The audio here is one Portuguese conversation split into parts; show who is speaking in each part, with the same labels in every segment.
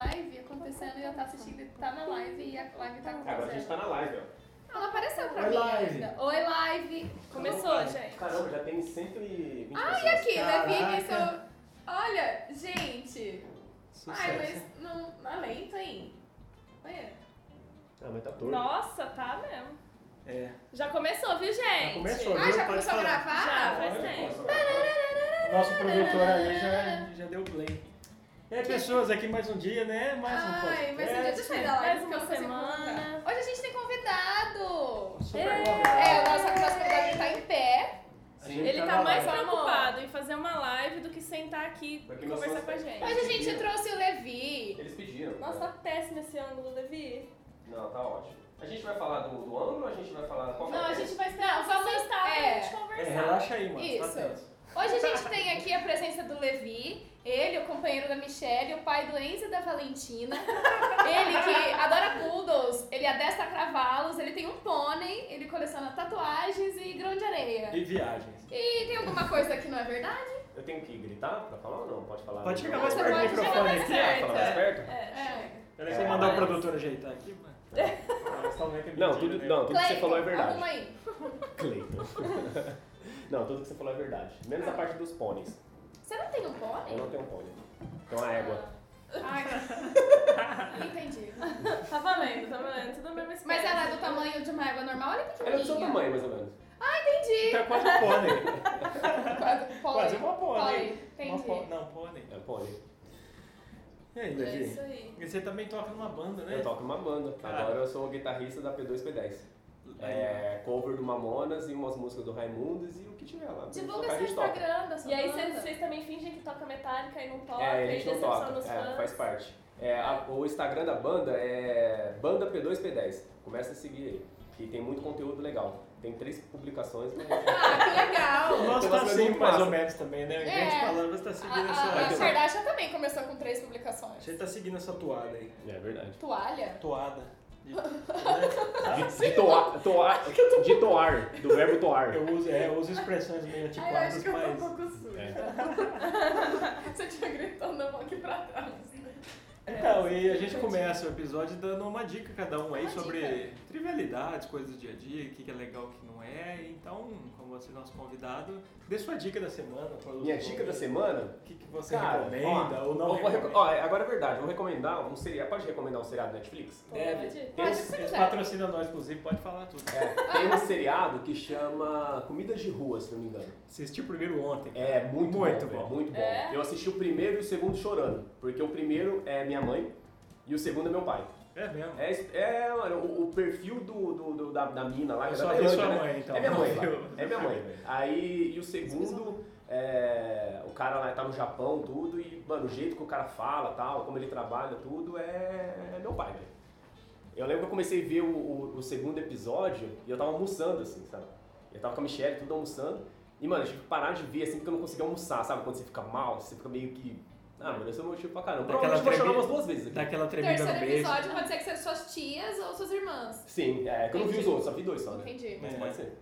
Speaker 1: live acontecendo e eu tá assistindo, e tá na live e a live tá acontecendo.
Speaker 2: Agora a gente tá na live, ó.
Speaker 1: Ela apareceu pra
Speaker 3: Oi,
Speaker 1: mim
Speaker 3: live.
Speaker 1: ainda. Oi, live. Começou, gente.
Speaker 2: Caramba, já tem 120
Speaker 1: Ah, e
Speaker 2: pessoas.
Speaker 1: aqui, Levi, isso.
Speaker 3: Caraca.
Speaker 1: Olha, gente. Ai,
Speaker 3: Sucesso.
Speaker 1: mas não. Tá lento, hein? Olha.
Speaker 4: é
Speaker 2: Ah, mas tá torto.
Speaker 1: Nossa, tá mesmo.
Speaker 3: É.
Speaker 1: Já começou, viu, gente?
Speaker 3: começou,
Speaker 1: Ah,
Speaker 3: viu?
Speaker 1: já
Speaker 3: Pode
Speaker 1: começou a
Speaker 3: falar.
Speaker 1: gravar?
Speaker 2: Ah,
Speaker 1: Já,
Speaker 2: olha,
Speaker 1: faz tempo.
Speaker 2: nossa.
Speaker 3: Nosso produtor aí
Speaker 1: Ah.
Speaker 3: já, já deu play. E aí, pessoas, aqui mais um dia, né? Mais um
Speaker 1: Ai, mas um dia deixa eu sair da
Speaker 4: Mais
Speaker 1: live porque
Speaker 4: uma
Speaker 1: eu não consigo
Speaker 4: semana.
Speaker 1: contar. Hoje a gente tem convidado.
Speaker 3: Super
Speaker 1: É,
Speaker 3: convidado.
Speaker 1: o nosso nosso convidado tá em pé.
Speaker 3: A gente
Speaker 4: Ele
Speaker 3: tá
Speaker 4: tá
Speaker 3: na
Speaker 4: mais
Speaker 3: live.
Speaker 4: preocupado em fazer uma live do que sentar aqui
Speaker 2: Porque
Speaker 4: e
Speaker 2: nós
Speaker 4: conversar
Speaker 2: somos-
Speaker 4: com a
Speaker 1: Hoje
Speaker 4: gente.
Speaker 1: a gente trouxe o Levi.
Speaker 2: Eles pediram.
Speaker 4: Nossa,
Speaker 2: né?
Speaker 4: tá péssimo esse ângulo, Levi.
Speaker 2: Não, tá ótimo. A gente vai falar do, do ângulo ou a gente vai falar... Qual é
Speaker 4: Não, a gente vai
Speaker 1: Não,
Speaker 4: esperar
Speaker 1: vamos-
Speaker 4: vocês estarem
Speaker 1: é.
Speaker 4: pra gente
Speaker 3: É,
Speaker 4: conversar.
Speaker 3: relaxa aí, mano.
Speaker 1: Isso.
Speaker 3: Tá tenso.
Speaker 1: Hoje a gente tem aqui a presença do Levi, ele, o companheiro da Michelle, o pai do Enzo e da Valentina. Ele que adora poodles, ele adestra cavalos, ele tem um pônei, ele coleciona tatuagens e grão de areia.
Speaker 3: E viagens.
Speaker 1: E tem alguma coisa que não é verdade?
Speaker 2: Eu tenho que gritar pra falar ou não? Pode falar?
Speaker 3: Pode chegar
Speaker 2: Não,
Speaker 3: mais
Speaker 1: Você
Speaker 3: perto do
Speaker 1: pode chegar
Speaker 3: microfone
Speaker 1: mais
Speaker 3: aqui.
Speaker 2: Ah, falar mais perto?
Speaker 4: É.
Speaker 1: É.
Speaker 3: Peraí, você mandar o produtor ajeitar aqui, mano. Elas tão meio que
Speaker 2: Não,
Speaker 3: mentindo,
Speaker 2: tudo,
Speaker 3: né?
Speaker 2: não, tudo que você falou é verdade.
Speaker 1: arruma aí.
Speaker 2: Cleiton. não, tudo que você falou é verdade.
Speaker 4: Tá.
Speaker 2: Menos a parte dos pôneis.
Speaker 1: Você não tem um
Speaker 2: Eu
Speaker 1: pônei?
Speaker 2: não tenho um pônei. Então a
Speaker 4: Ah.
Speaker 2: égua.
Speaker 1: Ai, entendi.
Speaker 4: Tá valendo, tá valendo. Tudo bem, mas
Speaker 1: Mas ela é do tamanho de uma égua normal, olha
Speaker 2: Ela é do seu
Speaker 1: pequenininha.
Speaker 2: tamanho, Então, mais ou menos.
Speaker 1: Ah, entendi.
Speaker 3: Tá quase um pônei.
Speaker 1: Quase,
Speaker 3: Quase
Speaker 1: pônei.
Speaker 3: uma
Speaker 1: Pônei,
Speaker 3: pônei. Uma
Speaker 1: entendi.
Speaker 3: pô- Não, pônei.
Speaker 2: É um pônei.
Speaker 3: E aí,
Speaker 4: É isso
Speaker 3: Levi?
Speaker 4: aí.
Speaker 3: E Você também toca numa banda, né?
Speaker 2: Eu toco numa banda.
Speaker 3: Cara.
Speaker 2: Agora eu sou o guitarrista da P2P10. É, cover do Mamonas e umas músicas do Raimundos e o que tiver lá.
Speaker 1: Divulga
Speaker 2: Tocar, a
Speaker 1: seu
Speaker 2: gente toca.
Speaker 1: Instagram da sua
Speaker 4: E aí
Speaker 1: banda.
Speaker 4: vocês, vocês também fingem que toca metálica e não toca,
Speaker 2: É, a
Speaker 4: e
Speaker 2: gente não
Speaker 4: decepciona
Speaker 2: toca,
Speaker 4: os
Speaker 2: é,
Speaker 4: fãs.
Speaker 2: faz parte. É, a- o Instagram da banda é banda P2P10. Começa a seguir aí, que tem muito conteúdo legal. Tem três publicações. né? Mas...
Speaker 1: Ah, que legal.
Speaker 3: O nosso
Speaker 2: Tem umas
Speaker 3: tá
Speaker 2: coisas
Speaker 3: assim, mais
Speaker 2: massa.
Speaker 3: ou menos também, né?
Speaker 1: É.
Speaker 3: A gente falando, você tá seguindo
Speaker 1: A, a, a
Speaker 3: essa.
Speaker 1: Kardashian também começou com três publicações.
Speaker 3: Você tá seguindo essa toada aí.
Speaker 2: É verdade.
Speaker 1: Toalha?
Speaker 3: Toada. né?
Speaker 2: De, de toar, toar, de toar, do verbo toar.
Speaker 3: Eu uso, é, eu uso expressões meio tipo
Speaker 1: Ai, eu acho
Speaker 3: antiquadas,
Speaker 1: que eu tô um
Speaker 3: mas.
Speaker 1: pouco suja.
Speaker 2: É.
Speaker 1: Você tinha gritando, eu vou aqui pra trás. é,
Speaker 3: Então, e a gente começa o episódio dando uma dica cada um aí
Speaker 1: Uma
Speaker 3: sobre trivialidades, coisas do dia a dia, o que que é legal, o que não é. Então, como você é nosso convidado, dê sua dica da semana. produtor.
Speaker 2: Minha dica da semana
Speaker 3: O que, que você
Speaker 2: Cara,
Speaker 3: recomenda
Speaker 2: ó,
Speaker 3: ou não
Speaker 2: eu vou
Speaker 3: recomenda?
Speaker 2: reco- ó, agora é verdade, eu vou recomendar um seriado. Pode recomendar um seriado Netflix?
Speaker 3: Deve.
Speaker 4: Pode?
Speaker 1: Pode,
Speaker 3: Eles,
Speaker 1: se
Speaker 3: eles
Speaker 1: quiser.
Speaker 3: patrocinam nós, inclusive, pode falar tudo.
Speaker 2: É, tem um seriado que chama Comidas de Rua, se não me engano.
Speaker 3: Assisti o primeiro ontem. cara.
Speaker 2: É muito,
Speaker 3: Muito
Speaker 2: bom. velho,
Speaker 3: bom.
Speaker 2: muito bom.
Speaker 4: É?
Speaker 2: Eu assisti o primeiro e o segundo chorando, porque o primeiro é minha mãe e o segundo é meu pai.
Speaker 3: É mesmo.
Speaker 2: É, es- é mano, o, o perfil do, do- do- da, da mina lá.
Speaker 3: Eu
Speaker 2: que
Speaker 3: só
Speaker 2: da
Speaker 3: vi
Speaker 2: Tailândia,
Speaker 3: sua
Speaker 2: né?
Speaker 3: mãe, então.
Speaker 2: É minha mãe,
Speaker 3: Não
Speaker 2: lá.
Speaker 3: vi o-
Speaker 2: é minha mãe. Aí, e o segundo, é, o cara lá tá no Japão, tudo, e, mano, o jeito que o cara fala, tal, como ele trabalha, tudo, é, é meu pai, velho. Eu lembro que eu comecei a ver o, o- o segundo episódio e eu tava almoçando, assim, sabe? Eu tava com a Michelle, tudo almoçando. E, mano, eu tive que parar de ver, assim, porque eu não conseguia almoçar, sabe? Quando você fica mal, você fica meio que... Ah, mano, eu sou motivo pra caramba.
Speaker 3: Daquela
Speaker 2: Provavelmente eu vou chorar
Speaker 3: tremi-
Speaker 2: umas duas vezes aqui.
Speaker 3: Daquela tremida no
Speaker 1: Terceiro
Speaker 3: beijo.
Speaker 1: episódio pode ser que sejam suas tias ou suas irmãs.
Speaker 2: Sim, é, que eu não vi os
Speaker 1: Entendi.
Speaker 2: outros, só vi dois só, né?
Speaker 1: Entendi.
Speaker 2: Mas
Speaker 3: É.
Speaker 2: pode ser.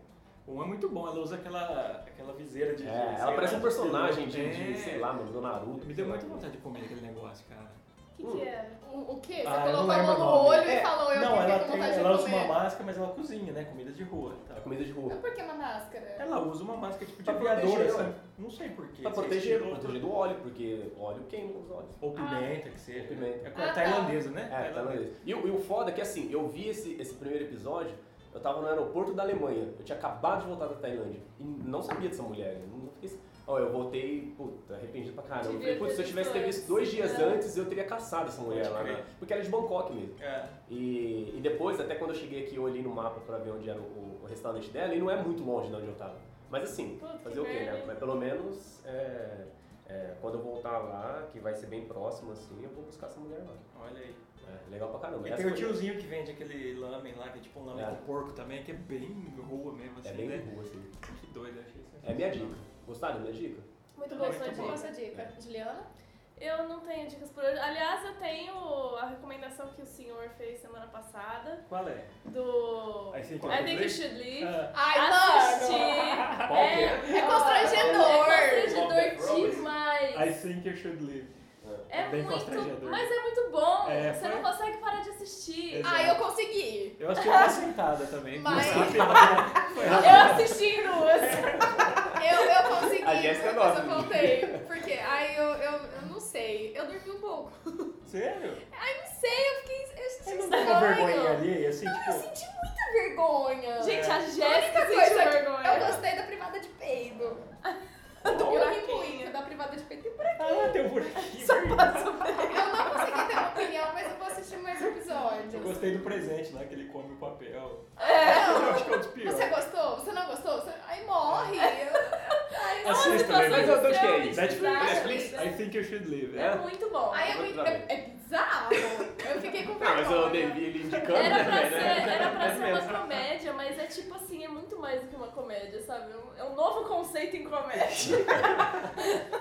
Speaker 3: Um é muito bom, ela usa aquela, aquela viseira de.
Speaker 2: É,
Speaker 3: de-
Speaker 2: ela
Speaker 3: sei
Speaker 2: parece
Speaker 3: lá,
Speaker 2: um personagem de,
Speaker 3: é.
Speaker 2: de, sei lá, mano, do Naruto.
Speaker 3: Me
Speaker 2: sei
Speaker 3: deu
Speaker 2: lá.
Speaker 3: muita vontade de comer aquele negócio, cara.
Speaker 4: O que, é? que era?
Speaker 1: O, o quê? Você
Speaker 3: Ah, eu não
Speaker 1: colocou a mão
Speaker 3: lembro
Speaker 1: no
Speaker 3: o nome.
Speaker 1: olho e
Speaker 3: É,
Speaker 1: falou, eu
Speaker 3: não,
Speaker 1: fiquei
Speaker 3: ela,
Speaker 1: com
Speaker 3: tem,
Speaker 1: vontade de
Speaker 3: ela usa uma
Speaker 1: comer.
Speaker 3: máscara, mas ela cozinha, né? Comida de rua. e
Speaker 2: É
Speaker 3: tal.
Speaker 2: comida de rua.
Speaker 1: Mas por que uma máscara?
Speaker 3: Ela usa uma máscara tipo de
Speaker 2: Pra proteger,
Speaker 3: aviadora,
Speaker 2: ué.
Speaker 3: assim. Não sei porquê.
Speaker 2: Pra proteger, proteger do óleo, porque óleo queima os olhos.
Speaker 3: Ou pimenta, que seja.
Speaker 2: Ou pimenta.
Speaker 3: É com
Speaker 1: Ah,
Speaker 3: a
Speaker 1: tá.
Speaker 3: tailandesa, né?
Speaker 2: É, tá na lista. E, o- e o foda é que assim, eu vi esse, esse primeiro episódio, eu tava no aeroporto da Alemanha, eu tinha acabado de voltar da Tailândia. E não sabia dessa mulher, eu não fiquei. Ó, eu voltei, puta, arrependido pra caramba. Eu
Speaker 4: Devia
Speaker 2: falei,
Speaker 4: ter
Speaker 2: putz, se eu
Speaker 4: visto
Speaker 2: tivesse ter
Speaker 4: antes.
Speaker 2: visto dois dias
Speaker 4: É.
Speaker 2: antes, eu teria caçado essa mulher
Speaker 3: Pode
Speaker 2: lá,
Speaker 3: crer.
Speaker 2: né? Porque ela é de Bangkok mesmo.
Speaker 3: É.
Speaker 2: E, e depois, até quando eu cheguei aqui, eu olhei no mapa pra ver onde era o, o restaurante dela e não é muito longe de onde eu tava. Mas assim,
Speaker 4: Putz,
Speaker 2: fazer o quê,
Speaker 4: que
Speaker 2: né?
Speaker 4: merda.
Speaker 2: Mas pelo menos é, É, quando eu voltar lá, que vai ser bem próximo, assim, eu vou buscar essa mulher lá.
Speaker 3: Olha aí.
Speaker 2: É, legal pra caramba.
Speaker 3: E
Speaker 2: Essa
Speaker 3: tem o
Speaker 2: foi-
Speaker 3: tiozinho que vende aquele lamen lá, que é tipo um lamen
Speaker 2: É.
Speaker 3: de porco também, que é bem rua mesmo, assim,
Speaker 2: É bem de
Speaker 3: né?
Speaker 2: rua, assim.
Speaker 3: Que doido, achei isso.
Speaker 2: É minha dica. Gostaram da minha dica?
Speaker 4: Muito
Speaker 1: Muito
Speaker 4: boa
Speaker 3: é
Speaker 1: bom,
Speaker 4: sua
Speaker 1: muito boa
Speaker 4: dica.
Speaker 1: essa dica. Juliana?
Speaker 4: Eu não tenho dicas por hoje. Aliás, eu tenho a recomendação que o senhor fez semana passada
Speaker 3: Qual é?
Speaker 4: do
Speaker 1: É,
Speaker 3: I Think
Speaker 4: I
Speaker 3: I Should
Speaker 4: Think You Should Leave.
Speaker 3: Ah,
Speaker 1: Ai, mano!
Speaker 4: Assisti.
Speaker 2: Qual que é?
Speaker 1: É constrangedor!
Speaker 4: É constrangedor
Speaker 3: I
Speaker 4: demais.
Speaker 3: Think You Should Leave.
Speaker 4: É
Speaker 3: bem
Speaker 4: muito,
Speaker 3: constrangedor.
Speaker 4: mas é muito bom.
Speaker 3: É,
Speaker 4: Você
Speaker 3: foi-
Speaker 4: não consegue parar de assistir.
Speaker 3: Exato.
Speaker 1: Ai, eu consegui!
Speaker 3: Eu assisti uma sentada também.
Speaker 1: Mas-
Speaker 3: Mas...
Speaker 4: Eu assisti em duas.
Speaker 1: Eu, eu consegui,
Speaker 2: A Jéssica
Speaker 1: mas eu
Speaker 2: gosta.
Speaker 1: contei. Porque, ai, eu, eu, eu não sei. Eu dormi um pouco.
Speaker 3: Sério?
Speaker 1: Ai, não sei, eu fiquei. Eu senti
Speaker 3: Você não deu uma vergonha
Speaker 1: estranho.
Speaker 3: ali, assim,
Speaker 1: Não, é eu
Speaker 3: tipo...
Speaker 1: senti muita vergonha.
Speaker 2: É.
Speaker 4: Gente, a
Speaker 1: única
Speaker 4: Jéssica
Speaker 1: coisa
Speaker 4: sentiu
Speaker 1: que-
Speaker 4: vergonha.
Speaker 1: Eu gostei da privada de peido. Eu ri muito da privada de peido.
Speaker 3: Ah, tem um buraquinho.
Speaker 1: Eu não consegui ter uma opinião, mas eu vou assistir mais
Speaker 3: Eu
Speaker 1: episódios.
Speaker 3: gostei do presente lá, que ele come o papel. Eu acho
Speaker 1: É.
Speaker 3: que é o dos piores.
Speaker 1: Você gostou? Você não gostou? Você... Aí morre. Aí,
Speaker 4: É uma
Speaker 3: Assista,
Speaker 4: situação
Speaker 3: mas
Speaker 2: eu acho que é isso.
Speaker 4: extremamente
Speaker 3: Netflix?
Speaker 4: bizarra.
Speaker 2: Netflix?
Speaker 3: I Think You Should Leave.
Speaker 4: É
Speaker 2: É?
Speaker 4: muito bom.
Speaker 1: aí é,
Speaker 2: Vou
Speaker 1: muito,
Speaker 2: procurar
Speaker 1: é, é bizarro. Eu fiquei com
Speaker 2: Não,
Speaker 1: vergonha.
Speaker 2: mas eu devia ele indicando,
Speaker 4: Era pra
Speaker 2: né?
Speaker 4: ser, era pra
Speaker 2: É
Speaker 4: ser
Speaker 2: mesmo.
Speaker 4: uma comédia, mas é tipo assim, é muito mais do que uma comédia, sabe? É um- É um novo conceito em comédia.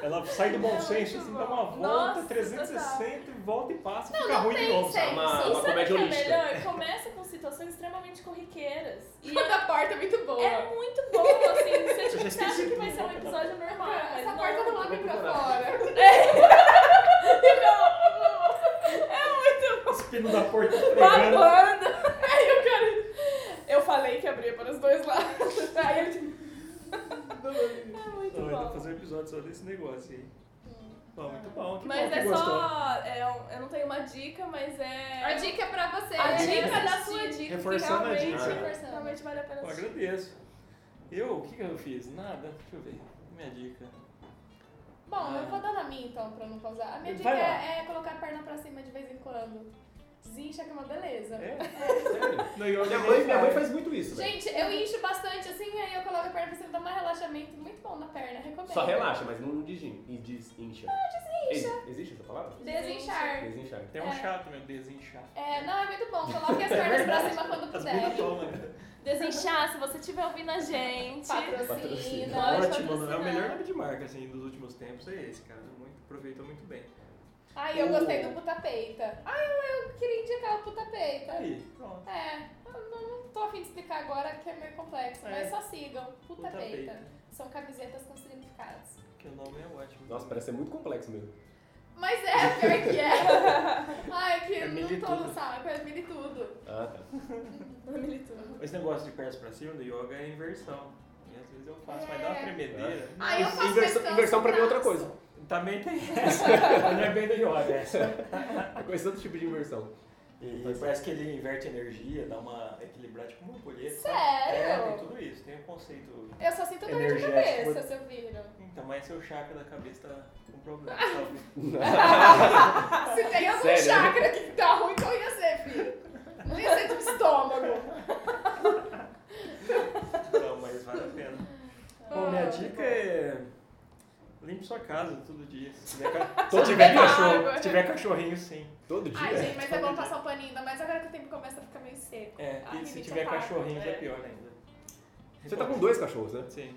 Speaker 3: Ela sai do bom
Speaker 4: É
Speaker 3: senso,
Speaker 4: muito
Speaker 3: assim,
Speaker 4: bom.
Speaker 3: dá uma volta,
Speaker 4: Nossa,
Speaker 3: 360 e volta e passa,
Speaker 1: Não,
Speaker 3: fica
Speaker 1: não
Speaker 3: ruim de
Speaker 1: tem
Speaker 3: novo.
Speaker 1: senso.
Speaker 2: Uma-
Speaker 4: e
Speaker 2: uma
Speaker 4: sabe o que é
Speaker 2: comediolística.
Speaker 4: melhor? Começa com situações extremamente corriqueiras. E
Speaker 1: Quando a porta é muito boa.
Speaker 4: é muito bom, assim, você, tipo,
Speaker 3: já
Speaker 4: você acha
Speaker 3: esqueci
Speaker 4: que
Speaker 3: tudo.
Speaker 4: vai ser um episódio normal, mas
Speaker 1: Essa
Speaker 4: não.
Speaker 1: porta não abre pra fora.
Speaker 3: Espino da porta pregando.
Speaker 4: É Babando! Aí o cara... Eu falei que abria para os dois lados. Aí ele tipo... É muito
Speaker 3: Não, eu vou
Speaker 4: bom.
Speaker 3: fazer um episódio só desse negócio aí. Bom, muito bom. Que
Speaker 4: Mas
Speaker 3: bom que
Speaker 4: é
Speaker 3: gostou.
Speaker 4: só. é um- eu não tenho uma dica, mas é.
Speaker 1: A dica é pra você.
Speaker 4: A
Speaker 1: né?
Speaker 4: dica da
Speaker 1: Assistir.
Speaker 4: sua dica.
Speaker 3: Reforçando
Speaker 4: que
Speaker 3: a É.
Speaker 4: realmente,
Speaker 2: dica.
Speaker 4: Reforçando. realmente vale a pena
Speaker 3: Eu
Speaker 4: assistir.
Speaker 3: agradeço. Eu, o que que eu fiz? Nada. Deixa eu ver. Minha dica.
Speaker 1: Bom, eu vou dar na minha então, pra não pausar. A minha
Speaker 3: Vai
Speaker 1: dica
Speaker 3: lá.
Speaker 1: é, é colocar a perna pra cima de vez em quando. Zincha que é uma beleza.
Speaker 3: É?
Speaker 2: Sério?
Speaker 3: Não, eu
Speaker 2: Minha mãe, minha mãe faz muito isso, velho.
Speaker 1: Gente, eu incho bastante assim, aí eu coloco a perna pra cima, dá um relaxamento muito bom na perna, recomendo.
Speaker 2: Só relaxa, mas não desin- e desincha. Não,
Speaker 1: desincha.
Speaker 2: Existe essa palavra?
Speaker 1: Desinchar.
Speaker 2: Desinchar.
Speaker 3: Tem um
Speaker 1: É.
Speaker 3: chato, meu, desinchar.
Speaker 1: É, não, é muito bom, coloque as pernas pra cima quando
Speaker 3: As minas
Speaker 1: puder.
Speaker 3: tomam, né?
Speaker 4: Desinchar, se você estiver ouvindo a gente.
Speaker 1: Patrocina.
Speaker 2: Patrocina.
Speaker 3: Ótimo, não
Speaker 4: Pode
Speaker 3: é
Speaker 4: patrocinar.
Speaker 3: o melhor nome de marca assim dos últimos tempos é esse, cara. Muito, aproveitou muito bem.
Speaker 1: Ai, eu gostei do puta peita. Ai, eu, eu queria indicar o puta peita.
Speaker 3: Tá Aí, pronto.
Speaker 1: É, eu não, não tô afim de explicar agora que é meio complexo,
Speaker 3: É.
Speaker 1: mas só sigam. Puta,
Speaker 3: Puta
Speaker 1: peita.
Speaker 3: peita.
Speaker 1: São camisetas com significados.
Speaker 3: Que o nome é ótimo.
Speaker 2: Nossa, parece ser muito complexo mesmo.
Speaker 1: Mas é, pior que é. Ai, que
Speaker 3: É
Speaker 1: não tô
Speaker 3: militudo.
Speaker 1: no saco, é mini tudo.
Speaker 2: Ah, tá.
Speaker 4: Militudo.
Speaker 3: Esse negócio de pernas pra cima do yoga é inversão. E às vezes eu faço, mas dá uma
Speaker 1: É.
Speaker 3: tremedeira.
Speaker 1: Ai, eu faço
Speaker 2: Inversão-
Speaker 1: questão
Speaker 2: inversão pra mim é outra
Speaker 1: braço.
Speaker 2: coisa.
Speaker 3: Também tem essa. mas não é bem do yoga essa.
Speaker 2: Eu conheço outro tipo de inversão.
Speaker 3: E parece que ele inverte energia, dá uma equilibrada tipo uma colheita. É, tem
Speaker 1: Sério?
Speaker 3: tudo isso, tem o conceito.
Speaker 1: Eu só sinto dor de
Speaker 3: É. Energético.
Speaker 1: cabeça, seu filho.
Speaker 3: Então, mas seu chakra da cabeça tá com problema, sabe? Ah,
Speaker 1: Se tem algum
Speaker 2: Sério?
Speaker 1: chakra que tá ruim, qual ia ser, filho? Não ia ser do estômago.
Speaker 3: Então, mas vale a pena.
Speaker 1: Ah,
Speaker 3: Bom,
Speaker 1: tá
Speaker 3: minha dica é. Limpe sua casa todo dia. Se tiver, ca- se
Speaker 2: Todo
Speaker 3: tiver
Speaker 2: dia? é
Speaker 3: cachorro, se tiver cachorrinho, sim.
Speaker 2: Todo dia.
Speaker 1: Tá Ai, gente, mas é bom passar um paninho, ainda mais agora que o tempo começa a ficar meio seco.
Speaker 3: É,
Speaker 1: Ai,
Speaker 3: e se
Speaker 1: me
Speaker 3: tiver
Speaker 1: chaparam,
Speaker 3: cachorrinho,
Speaker 4: é.
Speaker 3: é pior ainda.
Speaker 2: Você tá com dois cachorros, né?
Speaker 3: Sim.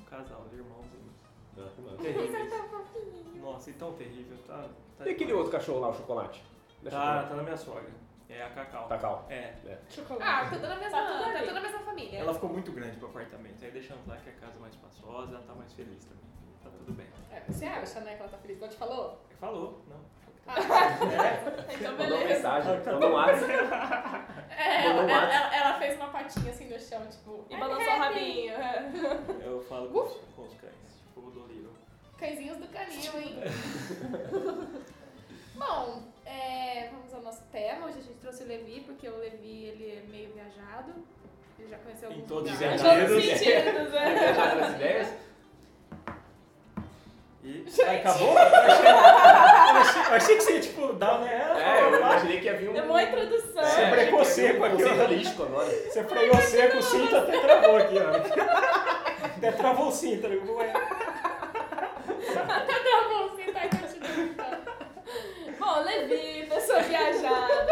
Speaker 3: Um casal de irmãozinhos.
Speaker 2: Ah, que massa.
Speaker 3: Terríveis. Nossa, e tão terrível, tá? tá
Speaker 2: E aquele
Speaker 3: demais.
Speaker 2: outro cachorro lá, o chocolate? Não é
Speaker 3: Tá,
Speaker 2: chocolate?
Speaker 3: tá na minha sogra. É a Cacau.
Speaker 2: Tá calmo.
Speaker 3: É.
Speaker 4: Chocolate.
Speaker 1: Ah, tudo na mesma,
Speaker 4: Tá tudo
Speaker 1: tá
Speaker 4: ali.
Speaker 1: tudo na mesma família.
Speaker 3: Ela ficou muito grande pro apartamento. Aí deixamos lá que a casa é mais espaçosa, ela tá mais feliz também. Tá tudo bem.
Speaker 1: É, você acha, né, que ela tá feliz? Igual te falou?
Speaker 3: Falou, não.
Speaker 1: Ah. Tá
Speaker 4: então
Speaker 2: Mandou uma
Speaker 4: beleza.
Speaker 2: mensagem, mandou um WhatsApp.
Speaker 1: É, ela,
Speaker 2: Mandou um
Speaker 1: ela-
Speaker 2: WhatsApp.
Speaker 1: ela fez uma patinha assim no chão, tipo,
Speaker 4: E
Speaker 1: I'm
Speaker 4: balançou o
Speaker 1: happy.
Speaker 4: rabinho. é.
Speaker 3: Eu falo com os, com os cães, tipo o Doliro.
Speaker 1: Cãezinhos do canil, hein? Bom, é, vamos ao nosso tema. Hoje a gente trouxe o Levi, porque o Levi ele é meio viajado. Ele já conheceu
Speaker 4: Tá
Speaker 3: Em
Speaker 1: alguns
Speaker 3: todos os
Speaker 1: lugares.
Speaker 4: Em
Speaker 2: Viajado.
Speaker 4: todos os sentidos,
Speaker 2: Vai
Speaker 4: é.
Speaker 2: viajar nas ideias?
Speaker 3: E
Speaker 1: Gente!
Speaker 3: Ai, acabou? Eu achei, eu achei- eu achei que você ia, tipo, dar, né?
Speaker 2: É, eu imaginei que havia um...
Speaker 4: Deu uma introdução.
Speaker 3: Você
Speaker 2: É,
Speaker 3: brecou
Speaker 2: achei que havia
Speaker 3: seco
Speaker 2: um
Speaker 3: aqui, ó.
Speaker 2: conceito holístico agora.
Speaker 3: Você freou seco o cinto até é? travou aqui, ó. Até travou o cinto. né? Ué.
Speaker 1: Até
Speaker 4: um Levi, pessoa viajada,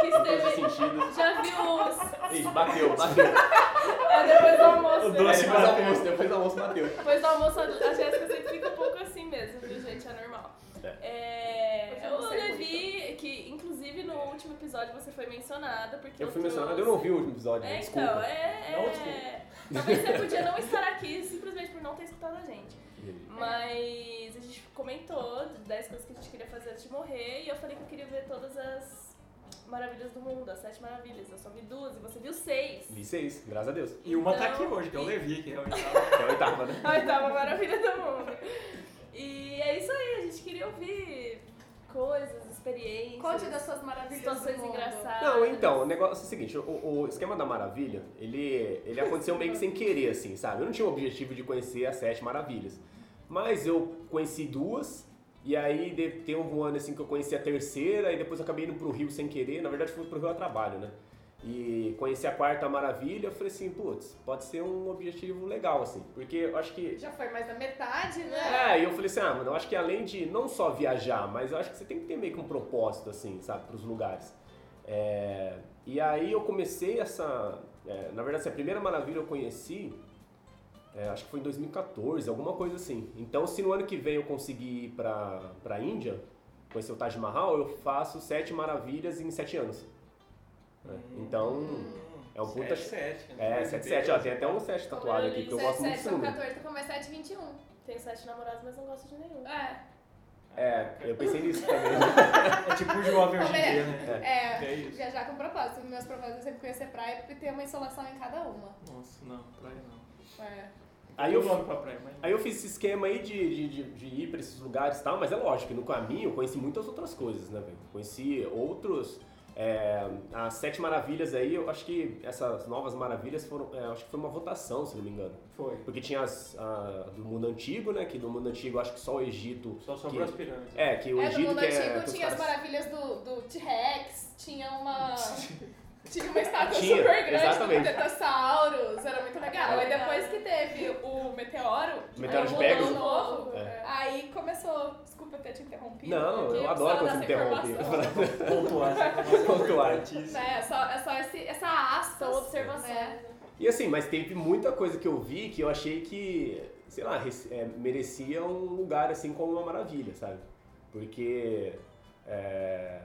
Speaker 4: que
Speaker 2: Não fazia
Speaker 4: esteve.
Speaker 2: sentido.
Speaker 4: Já viu os.
Speaker 2: Ih, bateu, bateu.
Speaker 4: É, depois do almoço.
Speaker 3: O
Speaker 4: né?
Speaker 2: É, Depois
Speaker 3: doce
Speaker 2: do
Speaker 3: bateu.
Speaker 2: almoço, depois do almoço bateu.
Speaker 4: Depois do almoço, a Jéssica sempre fica um pouco assim mesmo, viu, gente? É normal. É,
Speaker 1: Hoje eu não
Speaker 4: o
Speaker 1: sei
Speaker 4: Levi, que inclusive no último episódio você foi mencionada, porque
Speaker 2: Eu fui
Speaker 4: trouxe-
Speaker 2: mencionado, eu não vi o último episódio,
Speaker 4: É,
Speaker 2: desculpa.
Speaker 4: então, é.
Speaker 3: Não,
Speaker 4: é... Talvez você podia não estar aqui simplesmente por não ter escutado a gente.
Speaker 2: Entendi.
Speaker 4: Mas a gente comentou de 10 coisas que a gente queria fazer antes de morrer e eu falei que eu queria ver todas as maravilhas do mundo, as sete maravilhas. Eu só vi duas e você viu seis.
Speaker 2: Vi seis, graças a Deus.
Speaker 3: E uma tá
Speaker 4: Então,
Speaker 3: aqui hoje, que é o
Speaker 4: e-
Speaker 3: Levi, que realmente tava.
Speaker 2: É a oitava, né?
Speaker 4: A oitava maravilha do mundo. E é isso aí, a gente queria ouvir coisas, experiências,
Speaker 1: Conte das suas maravilhas.
Speaker 4: situações
Speaker 1: do mundo.
Speaker 4: engraçadas.
Speaker 2: Não, então, o negócio é o seguinte, o, o esquema da maravilha, ele, ele aconteceu meio que sem querer, assim, sabe? Eu não tinha o objetivo de conhecer as sete maravilhas. Mas eu conheci duas, e aí de- teve um ano assim que eu conheci a terceira, e depois eu acabei indo pro Rio sem querer, na verdade fui pro Rio a trabalho, né? E conheci a quarta maravilha, eu falei assim, putz, pode ser um objetivo legal, assim, porque eu acho que
Speaker 1: Já foi mais da metade, né?
Speaker 2: é, e eu falei assim, ah, mano, eu acho que além de não só viajar, mas eu acho que você tem que ter meio que um propósito, assim, sabe, pros lugares. É, e aí eu comecei essa. é, na verdade, essa primeira maravilha eu conheci, é, acho que foi em 2014, alguma coisa assim. Então, se no ano que vem eu conseguir ir pra, pra Índia, conhecer o Taj Mahal, eu faço sete maravilhas em sete anos. né?
Speaker 3: Hum.
Speaker 2: Então, é um puta.
Speaker 3: 7,
Speaker 2: É, 7-7, ó, tem até um 7 tatuado aqui, porque eu gosto
Speaker 1: sete
Speaker 2: muito desse
Speaker 1: são
Speaker 2: número.
Speaker 1: 14, tu começa 7, 21.
Speaker 4: Tenho sete namorados, mas não gosto de nenhum.
Speaker 1: É,
Speaker 2: É, eu pensei nisso também.
Speaker 3: É tipo o jovem hoje em dia, né?
Speaker 1: é.
Speaker 3: É isso.
Speaker 1: Viajar com propósito. Meus propósitos é sempre conhecer praia e ter uma insolação em cada uma.
Speaker 3: Nossa, não, praia não.
Speaker 1: É.
Speaker 2: Aí eu,
Speaker 3: vou pra praia, mas.
Speaker 2: Aí eu fiz esse esquema aí de, de, de- de ir pra esses lugares e tal, mas é lógico, que no caminho eu conheci muitas outras coisas, né, velho? Conheci outros. é, as Sete Maravilhas aí, eu acho que essas novas maravilhas foram. é, acho que foi uma votação, se não me engano.
Speaker 3: Foi.
Speaker 2: Porque tinha as a do mundo antigo, né? Que do mundo antigo eu acho que só o Egito.
Speaker 3: Só sobrou
Speaker 2: que,
Speaker 3: as pirâmides.
Speaker 2: É, que o
Speaker 1: É, no
Speaker 2: Egito
Speaker 1: mundo
Speaker 2: que
Speaker 1: antigo
Speaker 2: é. que os
Speaker 1: tinha as
Speaker 2: caras-
Speaker 1: maravilhas do, do T-Rex, tinha uma. Tinha uma estátua
Speaker 2: Tinha,
Speaker 1: super grande
Speaker 2: exatamente.
Speaker 1: do Tetassauros, era muito legal. Aí depois que teve o meteoro,
Speaker 2: Meteoro
Speaker 1: aí
Speaker 2: de
Speaker 1: o mundo
Speaker 2: Pegasus.
Speaker 1: novo,
Speaker 2: É.
Speaker 1: aí começou. Desculpa ter te interrompido.
Speaker 2: Não,
Speaker 1: porque
Speaker 2: eu adoro quando
Speaker 1: precisava
Speaker 2: me
Speaker 1: dessa
Speaker 2: interrompe.
Speaker 1: informação.
Speaker 3: Pontuar.
Speaker 2: Pontuar.
Speaker 3: importantíssimo.
Speaker 1: É, só, é só esse, essa aspa.
Speaker 4: São observações.
Speaker 1: É.
Speaker 4: né?
Speaker 2: E assim, mas teve muita coisa que eu vi que eu achei que, sei lá, rec- é, merecia um lugar assim como uma maravilha, sabe? Porque é,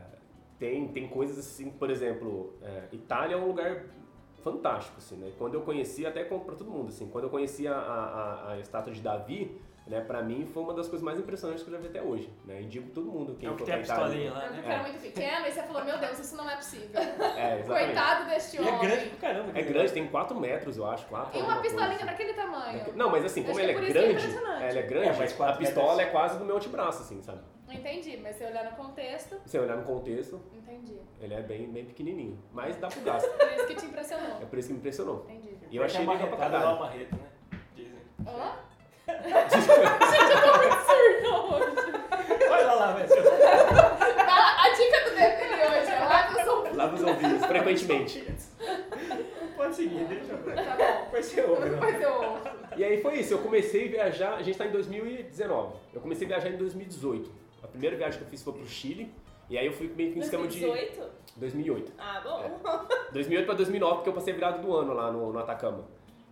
Speaker 2: tem, tem coisas assim, por exemplo, é, Itália é um lugar fantástico, assim, né? Quando eu conheci, até conto pra todo mundo, assim, quando eu conheci a, a, a- a estátua de Davi, né, pra mim foi uma das coisas mais impressionantes que eu já vi até hoje, né? E digo pra todo mundo quem
Speaker 3: É o que
Speaker 2: for
Speaker 3: tem a
Speaker 2: pra Itália.
Speaker 3: pistolinha lá,
Speaker 1: Eu
Speaker 3: né?
Speaker 1: que era muito pequeno, e você falou, meu Deus, isso não é possível.
Speaker 2: É, exatamente.
Speaker 1: Coitado deste
Speaker 3: E
Speaker 1: homem.
Speaker 3: é grande pra caramba.
Speaker 2: É
Speaker 3: aquele
Speaker 2: grande, tem 4 metros, eu acho, 4
Speaker 1: E uma
Speaker 2: assim.
Speaker 1: pistolinha daquele
Speaker 2: Daqui-
Speaker 1: tamanho.
Speaker 2: Não, mas assim,
Speaker 1: Acho
Speaker 2: como
Speaker 1: que é
Speaker 2: ela é,
Speaker 1: por isso que é
Speaker 2: grande,
Speaker 1: impressionante.
Speaker 2: ela é grande,
Speaker 3: É, mas
Speaker 2: a
Speaker 3: quatro
Speaker 2: pistola
Speaker 3: metros.
Speaker 2: é quase do meu antebraço, assim, sabe?
Speaker 1: Entendi, mas se olhar no contexto,
Speaker 2: Se eu olhar no contexto,
Speaker 1: entendi.
Speaker 2: ele é bem, bem pequenininho, mas dá pro gasto.
Speaker 1: Por isso que te impressionou.
Speaker 2: É por isso que me impressionou.
Speaker 1: Entendi.
Speaker 2: E eu achei
Speaker 3: uma
Speaker 2: legal pra
Speaker 3: marretada
Speaker 2: caralho.
Speaker 3: lá, uma marreta, né? Dizem.
Speaker 1: Ó,
Speaker 3: Vai lá, lá, velho.
Speaker 1: a, a dica do Devil hoje é lave os ouvidos.
Speaker 2: Lava os ouvidos, frequentemente.
Speaker 3: Pode seguir, deixa eu ver.
Speaker 1: Tá bom.
Speaker 3: Vai ser outro. né?
Speaker 1: Depois eu ouço.
Speaker 2: E aí foi isso, eu comecei a viajar, a gente tá em 2019. Eu comecei a viajar em 2018. A primeira viagem que eu fiz foi pro Chile, e aí eu fui meio que no esquema de
Speaker 4: 2018?
Speaker 2: 2008.
Speaker 4: Ah, bom.
Speaker 2: 2008 pra 2009, porque eu passei virado do ano lá no, no Atacama.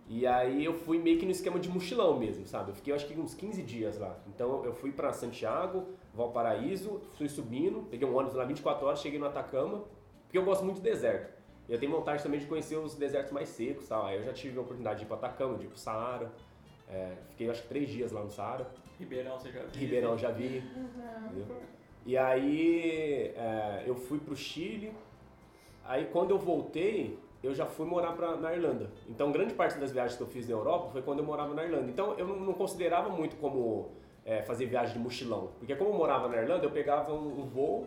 Speaker 2: E aí eu fui meio que no esquema de mochilão mesmo, sabe? Eu fiquei acho que uns 15 dias lá. Então eu fui pra Santiago, Valparaíso, fui subindo, peguei um ônibus lá 24 horas, cheguei no Atacama, porque eu gosto muito de deserto. E eu tenho vontade também de conhecer os desertos mais secos, tal. Aí eu já tive a oportunidade de ir pro Atacama, de ir pro Saara. É, fiquei acho que três dias lá no Saara.
Speaker 3: Ribeirão, você já viu?
Speaker 2: Ribeirão eu já vi. entendeu? E aí é, eu fui pro Chile, aí quando eu voltei, eu já fui morar pra, na Irlanda. Então grande parte das viagens que eu fiz na Europa foi quando eu morava na Irlanda. Então eu não, não considerava muito como é, fazer viagem de mochilão. Porque como eu morava na Irlanda, eu pegava um, um voo,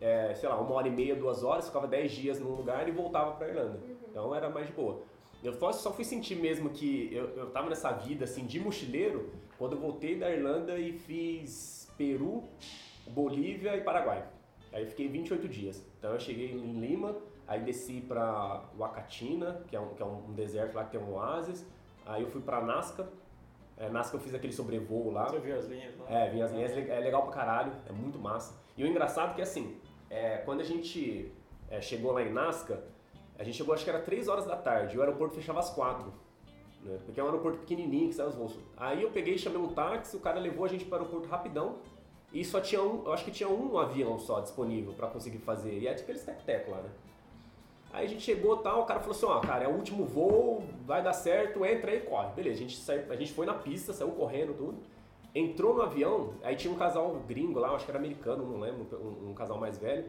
Speaker 2: é, sei lá, uma hora e meia, duas horas, ficava dez dias num lugar e voltava pra Irlanda. Então era mais de boa. Eu só, só fui sentir mesmo que eu, eu tava nessa vida assim de mochileiro quando eu voltei da Irlanda e fiz Peru, Bolívia e Paraguai. Aí eu fiquei 28 dias. Então eu cheguei em Lima, aí desci pra Huacatina, que é um, que é um deserto lá que tem um oásis. Aí eu fui pra Nazca, É, NASA que eu fiz aquele sobrevoo lá.
Speaker 3: Você viu as linhas lá?
Speaker 2: É, Vinhas Linhas é legal pra caralho, é muito massa. E o engraçado é que assim, é, quando a gente é, chegou lá em Nazca, a gente chegou acho que era 3 horas da tarde e o aeroporto fechava às 4. né? Porque é um aeroporto pequenininho que sai os voos. Aí eu peguei, chamei um táxi, o cara levou a gente pro aeroporto rapidão e só tinha um, eu acho que tinha um avião só disponível pra conseguir fazer. E é tipo aqueles tec-tec lá, né? Aí a gente chegou tal, o cara falou assim, ó, cara, é o último voo, vai dar certo, entra aí e corre. Beleza, a gente, saiu, a gente foi na pista, saiu correndo, tudo. Entrou no avião, aí tinha um casal gringo lá, acho que era americano, não lembro, um, um casal mais velho.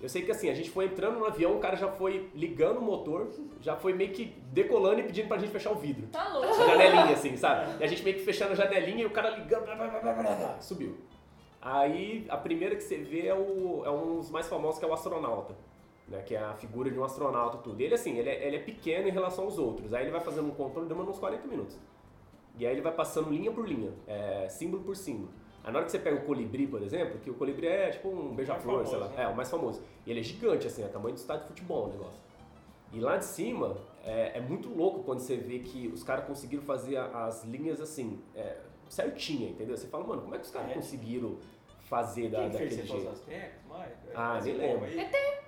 Speaker 2: Eu sei que assim, a gente foi entrando no avião, o cara já foi ligando o motor, já foi meio que decolando e pedindo pra gente fechar o vidro.
Speaker 4: Tá
Speaker 2: A
Speaker 4: louco.
Speaker 2: janelinha, assim, sabe? E a gente meio que fechando a janelinha e o cara ligando, blá, blá, blá, blá, blá, blá, subiu. Aí a primeira que você vê é, o, é um dos mais famosos, que é o astronauta. Né, que é a figura de um astronauta tudo. Ele assim, ele é, ele é pequeno em relação aos outros. Aí ele vai fazendo um controle, demora uns 40 minutos. E aí ele vai passando linha por linha, é, símbolo por símbolo. Aí na hora que você pega o colibri, por exemplo, que o colibri é tipo um beija-flor,
Speaker 3: famoso,
Speaker 2: sei lá,
Speaker 3: né?
Speaker 2: é o mais famoso. E ele é gigante, assim, é tamanho do estádio de futebol o negócio. E lá de cima, é, é muito louco quando você vê que os caras conseguiram fazer a- as linhas assim, é, certinha, entendeu? Você fala, mano, como é que os caras
Speaker 3: É.
Speaker 2: conseguiram fazer da,
Speaker 3: Quem fez
Speaker 2: daquele
Speaker 3: você falou
Speaker 2: jeito?
Speaker 3: os aztecas, Maicon?
Speaker 2: Ah,
Speaker 3: Esse
Speaker 2: nem
Speaker 3: povo
Speaker 2: lembro.
Speaker 1: É
Speaker 3: aí?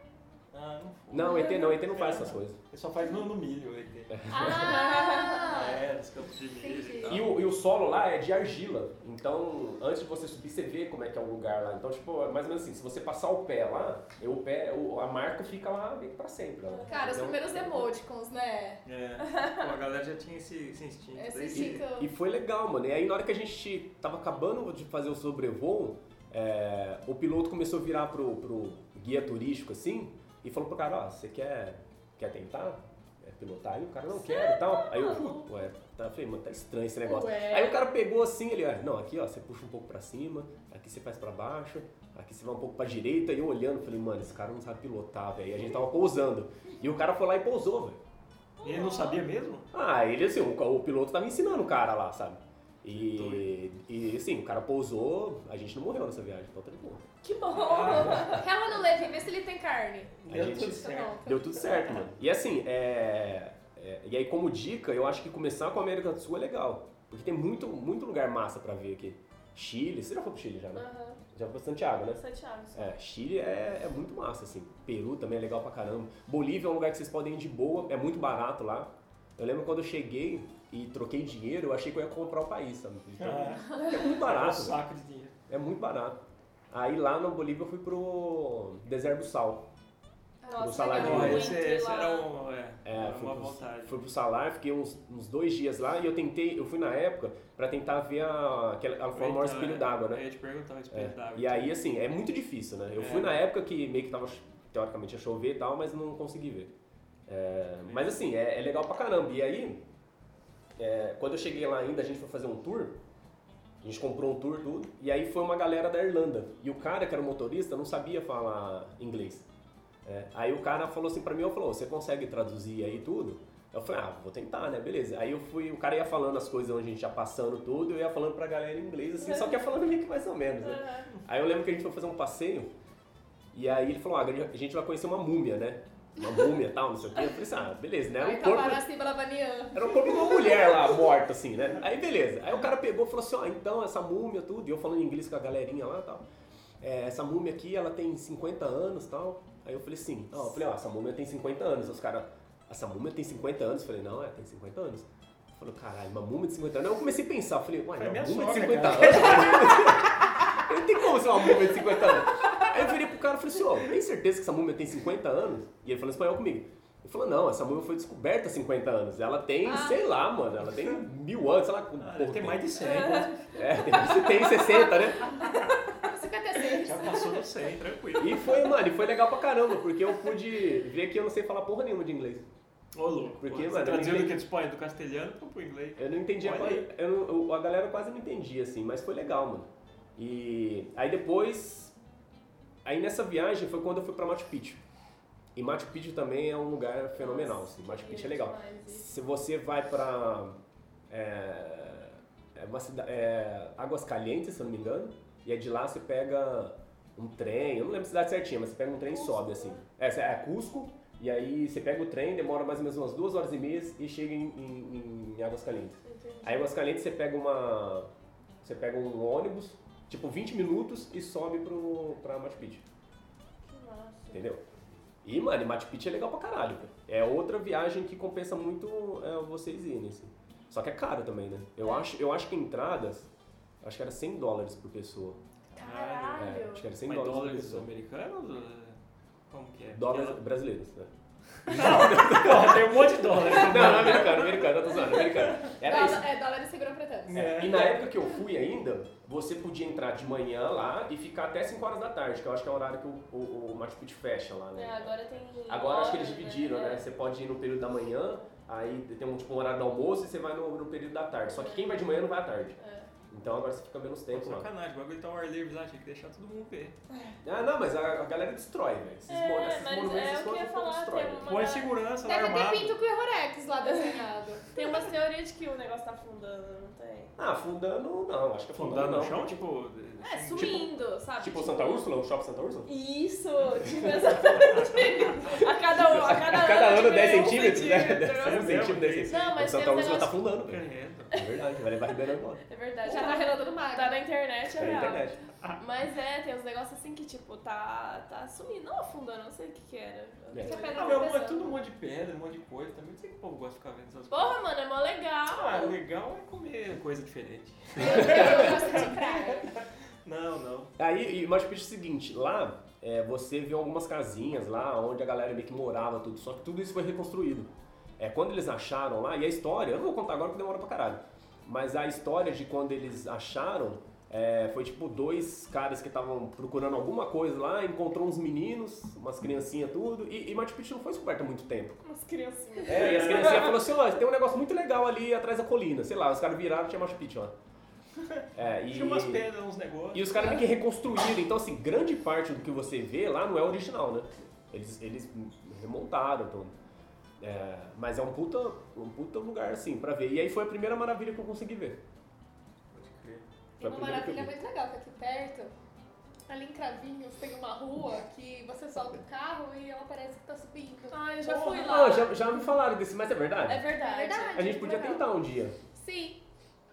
Speaker 3: Ah, não
Speaker 2: Não,
Speaker 3: foi.
Speaker 2: ET não, ET não faz essas coisas.
Speaker 3: Ele só faz no, no milho, ET.
Speaker 1: Ah!
Speaker 3: É, nos campos de milho
Speaker 1: Entendi.
Speaker 3: e tal.
Speaker 2: E o, e o solo lá é de argila. Então, antes de você subir, você vê como é que é o lugar lá. Então, tipo, é mais ou menos assim, se você passar o pé lá, é o pé, o- a marca fica lá meio que pra sempre. Né?
Speaker 1: Cara, os
Speaker 2: Então-
Speaker 1: primeiros emoticons, né?
Speaker 3: É, Pô, a galera já tinha esse, esse instinto.
Speaker 1: Esse
Speaker 3: desde-
Speaker 1: instinto.
Speaker 2: E foi legal, mano. E aí na hora que a gente tava acabando de fazer o sobrevoo, é, o piloto começou a virar pro, pro guia turístico assim e falou pro cara, ó, você quer, quer tentar? é, pilotar aí, o cara não quer e tal. Aí eu, "Putz, ué, tá, falei, mano, tá estranho esse negócio.
Speaker 4: Ué.
Speaker 2: Aí o cara pegou assim, ele, ó, não, aqui ó, você puxa um pouco pra cima, aqui você faz pra baixo, aqui você vai um pouco pra direita. E eu olhando, falei, mano, esse cara não sabe pilotar, velho. E a gente tava pousando. E o cara foi lá e pousou, velho.
Speaker 3: E ele não sabia mesmo?
Speaker 2: Ah, ele assim, o, o piloto tava ensinando o cara lá, sabe? E, e assim, o cara pousou, a gente não morreu nessa viagem, então tá de boa.
Speaker 4: Que bom.
Speaker 3: Ah,
Speaker 1: Hell no Levy, vê se ele tem carne.
Speaker 3: deu
Speaker 2: gente-
Speaker 3: tudo
Speaker 1: Tá
Speaker 3: certo.
Speaker 1: bom.
Speaker 2: Deu tudo certo, mano. E assim, é, é, E aí, como dica, eu acho que começar com a América do Sul é legal. Porque tem muito, muito lugar massa pra ver aqui. Chile, você já foi pro Chile já, né?
Speaker 4: Aham.
Speaker 2: Já foi pra Santiago, né?
Speaker 4: Santiago. sim.
Speaker 2: É, Chile é, é muito massa, assim. Peru também é legal pra caramba. Bolívia é um lugar que vocês podem ir de boa, é muito barato lá. Eu lembro quando eu cheguei e troquei dinheiro, eu achei que eu ia comprar o país, sabe? Então,
Speaker 3: Ah,
Speaker 2: é muito
Speaker 3: um
Speaker 2: barato,
Speaker 3: saco de dinheiro.
Speaker 2: é muito barato. Aí lá na Bolívia eu fui pro Deserto do Sal.
Speaker 4: Nossa,
Speaker 2: do salário
Speaker 4: legal.
Speaker 3: Não,
Speaker 2: mínimo.
Speaker 3: esse,
Speaker 4: Entre
Speaker 3: esse
Speaker 4: lá.
Speaker 3: era um, é,
Speaker 2: É,
Speaker 3: era
Speaker 2: fui
Speaker 3: uma
Speaker 2: pro-
Speaker 3: vontade.
Speaker 2: Fui pro Salar, fiquei uns, uns dois dias lá e eu tentei, eu fui na época pra tentar ver a, aquela, a famosa
Speaker 3: Então,
Speaker 2: espelho
Speaker 3: é,
Speaker 2: d'água, né?
Speaker 3: Eu ia te perguntar o
Speaker 2: É.
Speaker 3: espelho d'água.
Speaker 2: E aí, assim, é muito difícil, né? Eu
Speaker 3: É.
Speaker 2: fui na época que meio que tava, teoricamente, ia chover e tal, mas não consegui ver. É, mas, assim, é, é legal pra caramba. E aí, é, quando eu cheguei lá ainda, a gente foi fazer um tour. A gente comprou um tour, tudo. E aí foi uma galera da Irlanda. E o cara, que era o motorista, não sabia falar inglês. É, aí o cara falou assim pra mim, eu falou, "Ô, você consegue traduzir aí tudo? Eu falei, ah, vou tentar, né? Beleza. Aí eu fui, o cara ia falando as coisas onde a gente ia passando tudo, eu ia falando pra galera em inglês, assim, só que ia falando meio que mais ou menos, né?
Speaker 4: Aham.
Speaker 2: Aí eu lembro que a gente foi fazer um passeio, e aí ele falou, ah, a gente vai conhecer uma múmia, né? Uma múmia e tal, não sei o quê. Eu falei assim, ah, beleza, né? Era
Speaker 1: Vai
Speaker 2: um corpo,
Speaker 1: acabar assim pela Vanian.
Speaker 2: era um corpo de uma mulher lá, morta, assim, né? Aí beleza. Aí o cara pegou e falou assim, ó, então essa múmia, tudo, e eu falando em inglês com a galerinha lá e tal. "É, essa múmia aqui, ela tem 50 anos e tal. Aí eu falei assim, ó, eu falei, ó, essa múmia tem 50 anos. Os caras, essa múmia tem 50 anos? Eu falei, não, é, tem 50 anos. Falei, caralho, uma múmia de 50 anos. Aí eu comecei a pensar, eu falei, uai,
Speaker 3: Foi
Speaker 2: uma
Speaker 3: minha
Speaker 2: múmia de
Speaker 3: sogra,
Speaker 2: 50
Speaker 3: cara.
Speaker 2: anos? Não tem como ser uma múmia de 50 anos. Aí eu virei pro cara e falei assim, ó, tem certeza que essa múmia tem 50 anos? E ele falou em espanhol comigo. Ele falou, não, essa múmia foi descoberta há 50 anos. Ela tem, sei lá, mano, ela tem mil anos, sei lá.
Speaker 3: Ah,
Speaker 2: porra,
Speaker 3: deve ter
Speaker 2: tem-
Speaker 3: mais de 100.
Speaker 2: É, tem, tem 60, né?
Speaker 1: 56.
Speaker 3: Já passou do 100, tranquilo.
Speaker 2: E foi, mano, e foi legal pra caramba, porque eu pude ver que eu não sei falar porra nenhuma de inglês.
Speaker 3: Ô, louco.
Speaker 2: Porque, mano, É,
Speaker 3: pô, você
Speaker 2: eu
Speaker 3: traduziu do
Speaker 2: entendi-
Speaker 3: que do espanhol, do castelhano pro, pro inglês.
Speaker 2: Eu não entendia,
Speaker 3: Olha
Speaker 2: quase-
Speaker 3: aí.
Speaker 2: eu não- eu- a galera quase não entendia, assim, mas foi legal, mano. E aí depois, aí nessa viagem foi quando eu fui pra Machu Picchu. E Machu Picchu também é um lugar fenomenal, assim, Machu Picchu é legal.
Speaker 4: Demais.
Speaker 2: Se você vai pra é, é uma cida- é, Águas Calientes, se eu não me engano, e aí de lá você pega um trem, eu não lembro a cidade certinha, mas você pega um trem e
Speaker 4: Cusco,
Speaker 2: sobe, assim. É, você- é Cusco, e aí você pega o trem, demora mais ou menos umas duas horas e meia e chega em, em, em Águas Calientes.
Speaker 4: Entendi.
Speaker 2: Aí em Mascarenhas você pega uma. Você pega um ônibus, tipo 20 minutos e sobe pro, pra Machu Picchu,
Speaker 4: Que massa.
Speaker 2: entendeu? E, mano, e Machu Picchu é legal pra caralho. velho. É outra viagem que compensa muito é, vocês irem, assim. Só que é caro também, né? Eu acho, eu acho que entradas, acho que era 100 dólares por pessoa. É,
Speaker 4: Caralho.
Speaker 2: acho que era 100
Speaker 3: Mas
Speaker 2: dólares, é por
Speaker 3: dólares
Speaker 2: pessoa.
Speaker 3: americanos? ou- Como que é?
Speaker 2: Dólares
Speaker 3: Porque
Speaker 2: brasileiros, né?
Speaker 3: ela- Não, tem um monte de
Speaker 2: Não,
Speaker 3: dólares.
Speaker 2: não, americano, americano, eu tô zoando, americano. Era isso.
Speaker 1: Dólar, é, dólar segurou pra tanto.
Speaker 2: É, e na época que eu fui ainda, você podia entrar de manhã lá e ficar até 5 horas da tarde, que eu acho que é o horário que o, o, o Machu Picchu fecha lá,
Speaker 4: É,
Speaker 2: né?
Speaker 4: agora tem.
Speaker 2: Agora acho que
Speaker 4: hora,
Speaker 2: eles dividiram, né? Você pode ir no período da manhã, aí tem um, tipo, um horário do almoço e você vai no, no período da tarde. Só que quem vai de manhã não vai à tarde.
Speaker 4: É.
Speaker 2: Então agora você fica menos tempo lá.
Speaker 3: Sacanagem, o bagulho tá ao ar livre lá, tinha que deixar todo mundo ver.
Speaker 2: Ah, não, mas a, a galera destrói, velho. Esses
Speaker 4: É,
Speaker 2: mon- esses
Speaker 4: mas
Speaker 2: monumentos,
Speaker 4: é
Speaker 2: esses
Speaker 4: o que eu ia
Speaker 2: coisas, todo
Speaker 4: falar,
Speaker 2: destrói.
Speaker 4: tem
Speaker 2: velho.
Speaker 4: uma-
Speaker 3: Põe segurança lá
Speaker 1: Deve ter
Speaker 3: armado.
Speaker 1: pinto com o Rorex lá desenhado.
Speaker 4: Tem umas teorias de que o negócio tá afundando, não tem?
Speaker 2: Ah, afundando não, acho que afundando
Speaker 3: Fundado
Speaker 2: não.
Speaker 3: no chão, tipo... de-
Speaker 4: É, sumindo, sabe?
Speaker 2: Tipo Santa Úrsula, o shopping Santa Úrsula?
Speaker 4: Isso, tipo exatamente. A cada, um- a cada,
Speaker 2: A cada ano
Speaker 4: tipo,
Speaker 2: 10
Speaker 4: um
Speaker 2: centímetros, né?
Speaker 4: centímetro.
Speaker 2: 10 centímetros, 10 centímetros.
Speaker 4: Não, mas
Speaker 2: o Santa
Speaker 4: tem um
Speaker 2: Úrsula tá
Speaker 4: negócio-
Speaker 2: afundando, velho.
Speaker 3: Carreta.
Speaker 2: É verdade, vai levar Ribeirão embora.
Speaker 4: É verdade.
Speaker 1: Já tá relando no mar.
Speaker 4: Tá na internet, é
Speaker 2: Tá na
Speaker 4: real.
Speaker 2: internet.
Speaker 4: Mas é, tem uns negócios assim que, tipo, tá, tá sumindo. Não afundando, não sei o que que era.
Speaker 2: É.
Speaker 4: Que a pedra
Speaker 3: Ah,
Speaker 4: tá
Speaker 3: meu, é
Speaker 4: pesando.
Speaker 3: tudo um monte de pedra, um monte de coisa. Também não sei que o povo gosta de ficar vendo essas coisas.
Speaker 4: Porra, mano, é mó legal.
Speaker 3: Ah, legal é comer coisa diferente.
Speaker 1: Eu gosto de praia.
Speaker 3: Não, não.
Speaker 2: Aí, e Machu Picchu é o seguinte, lá é, você viu algumas casinhas lá onde a galera meio que morava, tudo, só que tudo isso foi reconstruído. É, quando eles acharam lá, e a história, eu não vou contar agora porque demora pra caralho, mas a história de quando eles acharam é, foi tipo dois caras que estavam procurando alguma coisa lá, encontrou uns meninos, umas criancinhas, tudo, e, e Machu Picchu não foi descoberto há muito tempo.
Speaker 4: Umas criancinhas.
Speaker 2: É, e as criancinhas falaram assim, ó, tem um negócio muito legal ali atrás da colina, sei lá, os caras viraram, tinha Machu Picchu lá. É, e...
Speaker 3: Tinha umas pedras, uns negócios.
Speaker 2: E os caras meio que reconstruíram. Então, assim, grande parte do que você vê lá não é original, né? Eles, eles remontaram, então. É, mas é um puta, um puta lugar, assim, pra ver. E aí foi a primeira maravilha que eu consegui ver.
Speaker 3: Pode crer.
Speaker 1: Tem
Speaker 2: Foi a
Speaker 1: uma
Speaker 2: primeira que eu
Speaker 1: maravilha
Speaker 2: vi.
Speaker 1: muito legal que aqui perto, ali em Cravinhos, tem uma rua que você solta o carro e ela parece que tá subindo.
Speaker 4: Ai, eu já fui lá.
Speaker 2: Ah, já, já me falaram desse, mas é verdade?
Speaker 4: É verdade.
Speaker 1: É verdade.
Speaker 2: a gente podia
Speaker 1: legal.
Speaker 2: tentar um dia.
Speaker 1: Sim.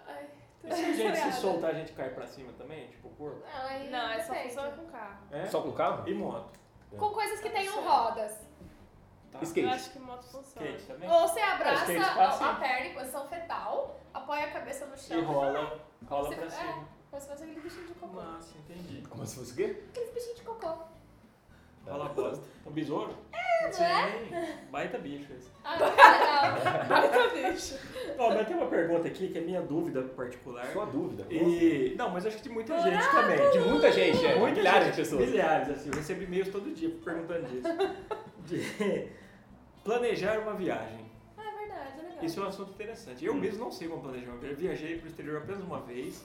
Speaker 1: Ai, tô
Speaker 3: E se a tipo gente
Speaker 1: desesperada.
Speaker 3: se soltar, a gente cai pra cima também? Tipo, o corpo?
Speaker 1: Ai,
Speaker 4: Não, é só
Speaker 1: depende.
Speaker 4: funciona com carro.
Speaker 3: É?
Speaker 2: Só com carro?
Speaker 3: E moto.
Speaker 1: Com coisas que tenham rodas.
Speaker 3: Tá.
Speaker 2: Esquece.
Speaker 4: Eu
Speaker 2: Skate.
Speaker 4: acho que moto funciona.
Speaker 3: Skate também.
Speaker 1: Ou você
Speaker 3: Acho
Speaker 1: abraça
Speaker 3: que é a gente passa.
Speaker 1: a, a perna em posição fetal, apoia a cabeça no chão.
Speaker 3: E rola. Rola
Speaker 1: Você-
Speaker 3: pra
Speaker 1: é.
Speaker 3: cima.
Speaker 1: Como se fosse aquele bichinho de cocô.
Speaker 3: Massa, entendi.
Speaker 2: Como se fosse o quê?
Speaker 1: Aqueles bichinhos de cocô.
Speaker 3: Rola a bosta. Um besouro?
Speaker 1: não é?
Speaker 3: Sim. Baita bicho esse.
Speaker 1: Ah, que legal.
Speaker 4: Baita bicho.
Speaker 3: Ó, mas tem uma pergunta aqui que é minha dúvida particular.
Speaker 2: Sua dúvida.
Speaker 3: tá? E. Não, mas acho que de muita gente também.
Speaker 2: De
Speaker 3: De
Speaker 2: muita gente, é.
Speaker 3: muita
Speaker 2: milhares
Speaker 3: gente,
Speaker 2: de pessoas.
Speaker 3: Milhares, assim. Eu recebo e-mails todo dia perguntando disso. De planejar uma viagem.
Speaker 1: Ah, é verdade, é legal.
Speaker 3: Isso é um assunto interessante. Eu mesmo não sei como planejar uma viagem. Eu viajei pro exterior apenas uma vez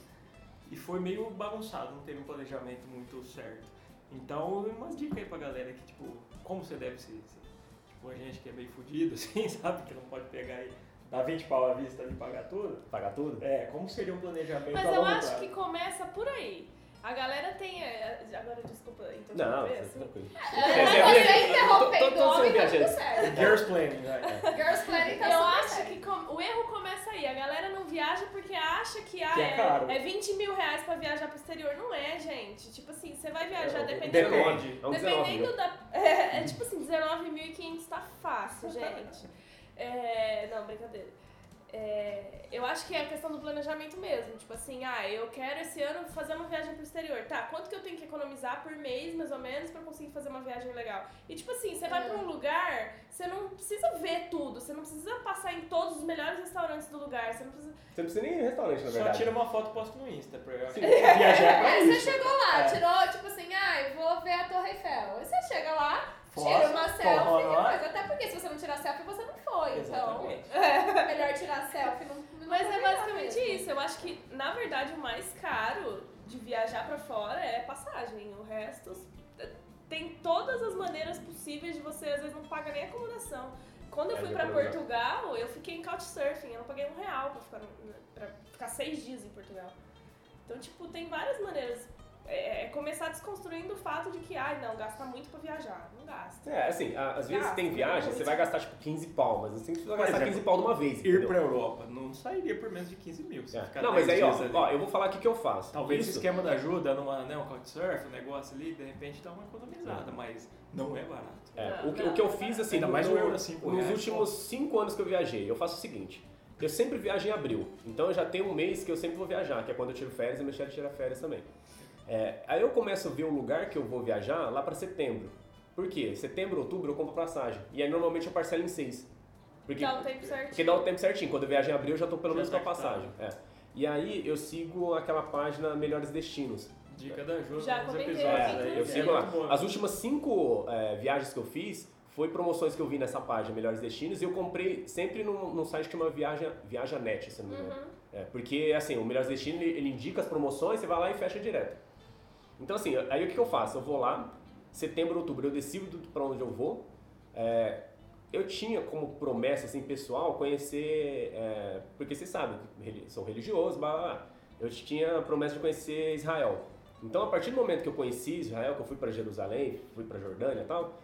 Speaker 3: e foi meio bagunçado, não teve um planejamento muito certo. Então, umas dicas aí pra galera que, tipo, como você deve ser. assim. Tipo, a gente que é meio fudido, assim, sabe? Que não pode pegar e dar 20 pau à vista e pagar tudo.
Speaker 2: Pagar tudo?
Speaker 3: É, como seria um planejamento a
Speaker 4: Mas eu
Speaker 3: longo
Speaker 4: acho
Speaker 3: prazo?
Speaker 4: que começa por aí. A galera tem. é, Agora, desculpa, então.
Speaker 2: Não,
Speaker 4: assim.
Speaker 3: tá
Speaker 2: tranquilo.
Speaker 1: É,
Speaker 2: Você
Speaker 1: você
Speaker 2: via-
Speaker 1: interrompendo
Speaker 2: todo- todo
Speaker 1: o homem,
Speaker 2: você
Speaker 1: tá
Speaker 2: via
Speaker 1: tudo certo.
Speaker 3: Girls planning, né?
Speaker 1: Girls Planning tá
Speaker 4: Eu
Speaker 1: super
Speaker 4: acho
Speaker 1: certo.
Speaker 4: que com- o erro começa aí. A galera não viaja porque acha que, ah,
Speaker 3: Que é
Speaker 4: é,
Speaker 3: caro.
Speaker 4: é 20 mil reais pra viajar pro exterior. Não é, gente. Tipo assim, você vai viajar
Speaker 2: É,
Speaker 4: dependendo.
Speaker 2: Depende. É um 19, né?
Speaker 4: Dependendo da. É, é tipo assim, 19.500 tá fácil, gente. É, não, brincadeira. É, eu acho que é a questão do planejamento mesmo. Tipo assim, ah, eu quero esse ano fazer uma viagem pro exterior. Tá, quanto que eu tenho que economizar por mês, mais ou menos, pra conseguir fazer uma viagem legal? E tipo assim, você vai pra um lugar, você não precisa ver tudo, você não precisa passar em todos os melhores restaurantes do lugar, você não precisa.
Speaker 2: Você não precisa nem ir em restaurante, na
Speaker 3: Só
Speaker 2: verdade.
Speaker 3: tira uma foto e posta no Insta pra
Speaker 2: Sim.
Speaker 3: viajar pra
Speaker 1: É, você
Speaker 3: isso.
Speaker 1: chegou lá,
Speaker 3: É.
Speaker 1: tirou, tipo assim, ah, eu vou ver a Torre Eiffel. Aí você chega lá, tira
Speaker 3: Foto,
Speaker 1: uma
Speaker 3: foto,
Speaker 1: selfie e
Speaker 3: ó.
Speaker 1: coisa. Até porque se você não tirar selfie, você não foi.
Speaker 3: Exatamente.
Speaker 1: Então, é melhor tirar selfie. Não, não
Speaker 4: Mas é
Speaker 1: foi
Speaker 4: basicamente
Speaker 1: mesmo.
Speaker 4: isso. Eu acho que, na verdade, o mais caro de viajar pra fora é passagem. O resto eh, tem todas as maneiras possíveis de você, às vezes, não pagar nem acomodação. Quando eu
Speaker 2: É,
Speaker 4: fui
Speaker 2: de
Speaker 4: pra
Speaker 2: economizar.
Speaker 4: Portugal, eu fiquei em couchsurfing. Eu não paguei um real pra ficar, no- pra ficar seis dias em Portugal. Então, tipo, tem várias maneiras é, é começar desconstruindo o fato de que, ai, não, gasta muito pra viajar. Não gasta.
Speaker 2: É, assim, a- às vezes
Speaker 4: Gasta, né?
Speaker 2: tem viagem,
Speaker 4: muito.
Speaker 2: você vai gastar tipo 15 pau, mas assim, você precisa gastar
Speaker 3: exemplo,
Speaker 2: 15 pau de uma vez.
Speaker 3: é Ir
Speaker 2: entendeu?
Speaker 3: pra Europa não sairia por menos de 15 mil. se
Speaker 2: É.
Speaker 3: ficar
Speaker 2: Não,
Speaker 3: 10
Speaker 2: mas aí, ó,
Speaker 3: dias ali.
Speaker 2: ó, eu vou falar aqui o que eu faço.
Speaker 3: Talvez esse
Speaker 2: Isso-
Speaker 3: esquema da ajuda, numa, né, um couchsurf, um negócio ali, de repente dá uma economizada, mas não é barato.
Speaker 2: É,
Speaker 4: Não,
Speaker 2: o, que,
Speaker 4: não,
Speaker 2: o que eu
Speaker 4: não
Speaker 2: fiz,
Speaker 4: dá.
Speaker 2: assim,
Speaker 3: Ainda mais
Speaker 2: no-
Speaker 3: um euro a cinco
Speaker 2: nos
Speaker 3: reais,
Speaker 2: últimos cinco anos que eu viajei, eu faço o seguinte. Eu sempre viajo em abril, então eu já tenho um mês que eu sempre vou viajar, que é quando eu tiro férias e meu chefe tira férias também. É, aí eu começo a ver o lugar que eu vou viajar lá pra setembro. Por quê? Setembro, outubro eu compro passagem. E aí normalmente eu parcelo em seis. Porque,
Speaker 4: Dá o tempo certinho.
Speaker 2: porque dá o tempo certinho. Quando eu viajo em abril eu já tô pelo
Speaker 3: Já
Speaker 2: menos com a
Speaker 3: tá
Speaker 2: passagem. É. E aí eu sigo aquela página Melhores Destinos.
Speaker 3: Dica da ajuda
Speaker 4: Já
Speaker 3: nos
Speaker 4: comentei
Speaker 3: episódios.
Speaker 4: aqui,
Speaker 2: É,
Speaker 3: aí,
Speaker 2: eu
Speaker 4: inclusive.
Speaker 2: sigo lá.
Speaker 3: muito bom.
Speaker 2: As últimas cinco é, viagens que eu fiz foi promoções que eu vi nessa página Melhores Destinos e eu comprei sempre num, num site que chama Viaja, Viaja Net, se não me engano. É, porque, assim, o Melhores Destinos ele, ele indica as promoções, você vai lá e fecha direto. Então, assim, aí o que que eu faço? Eu vou lá, setembro, outubro, eu decido pra onde eu vou. É, eu tinha como promessa, assim, pessoal, conhecer... é, porque vocês sabem, reli- sou religioso, blá, blá, blá. Eu tinha a promessa de conhecer Israel. Então, a partir do momento que eu conheci Israel, que eu fui para Jerusalém, fui para Jordânia e tal,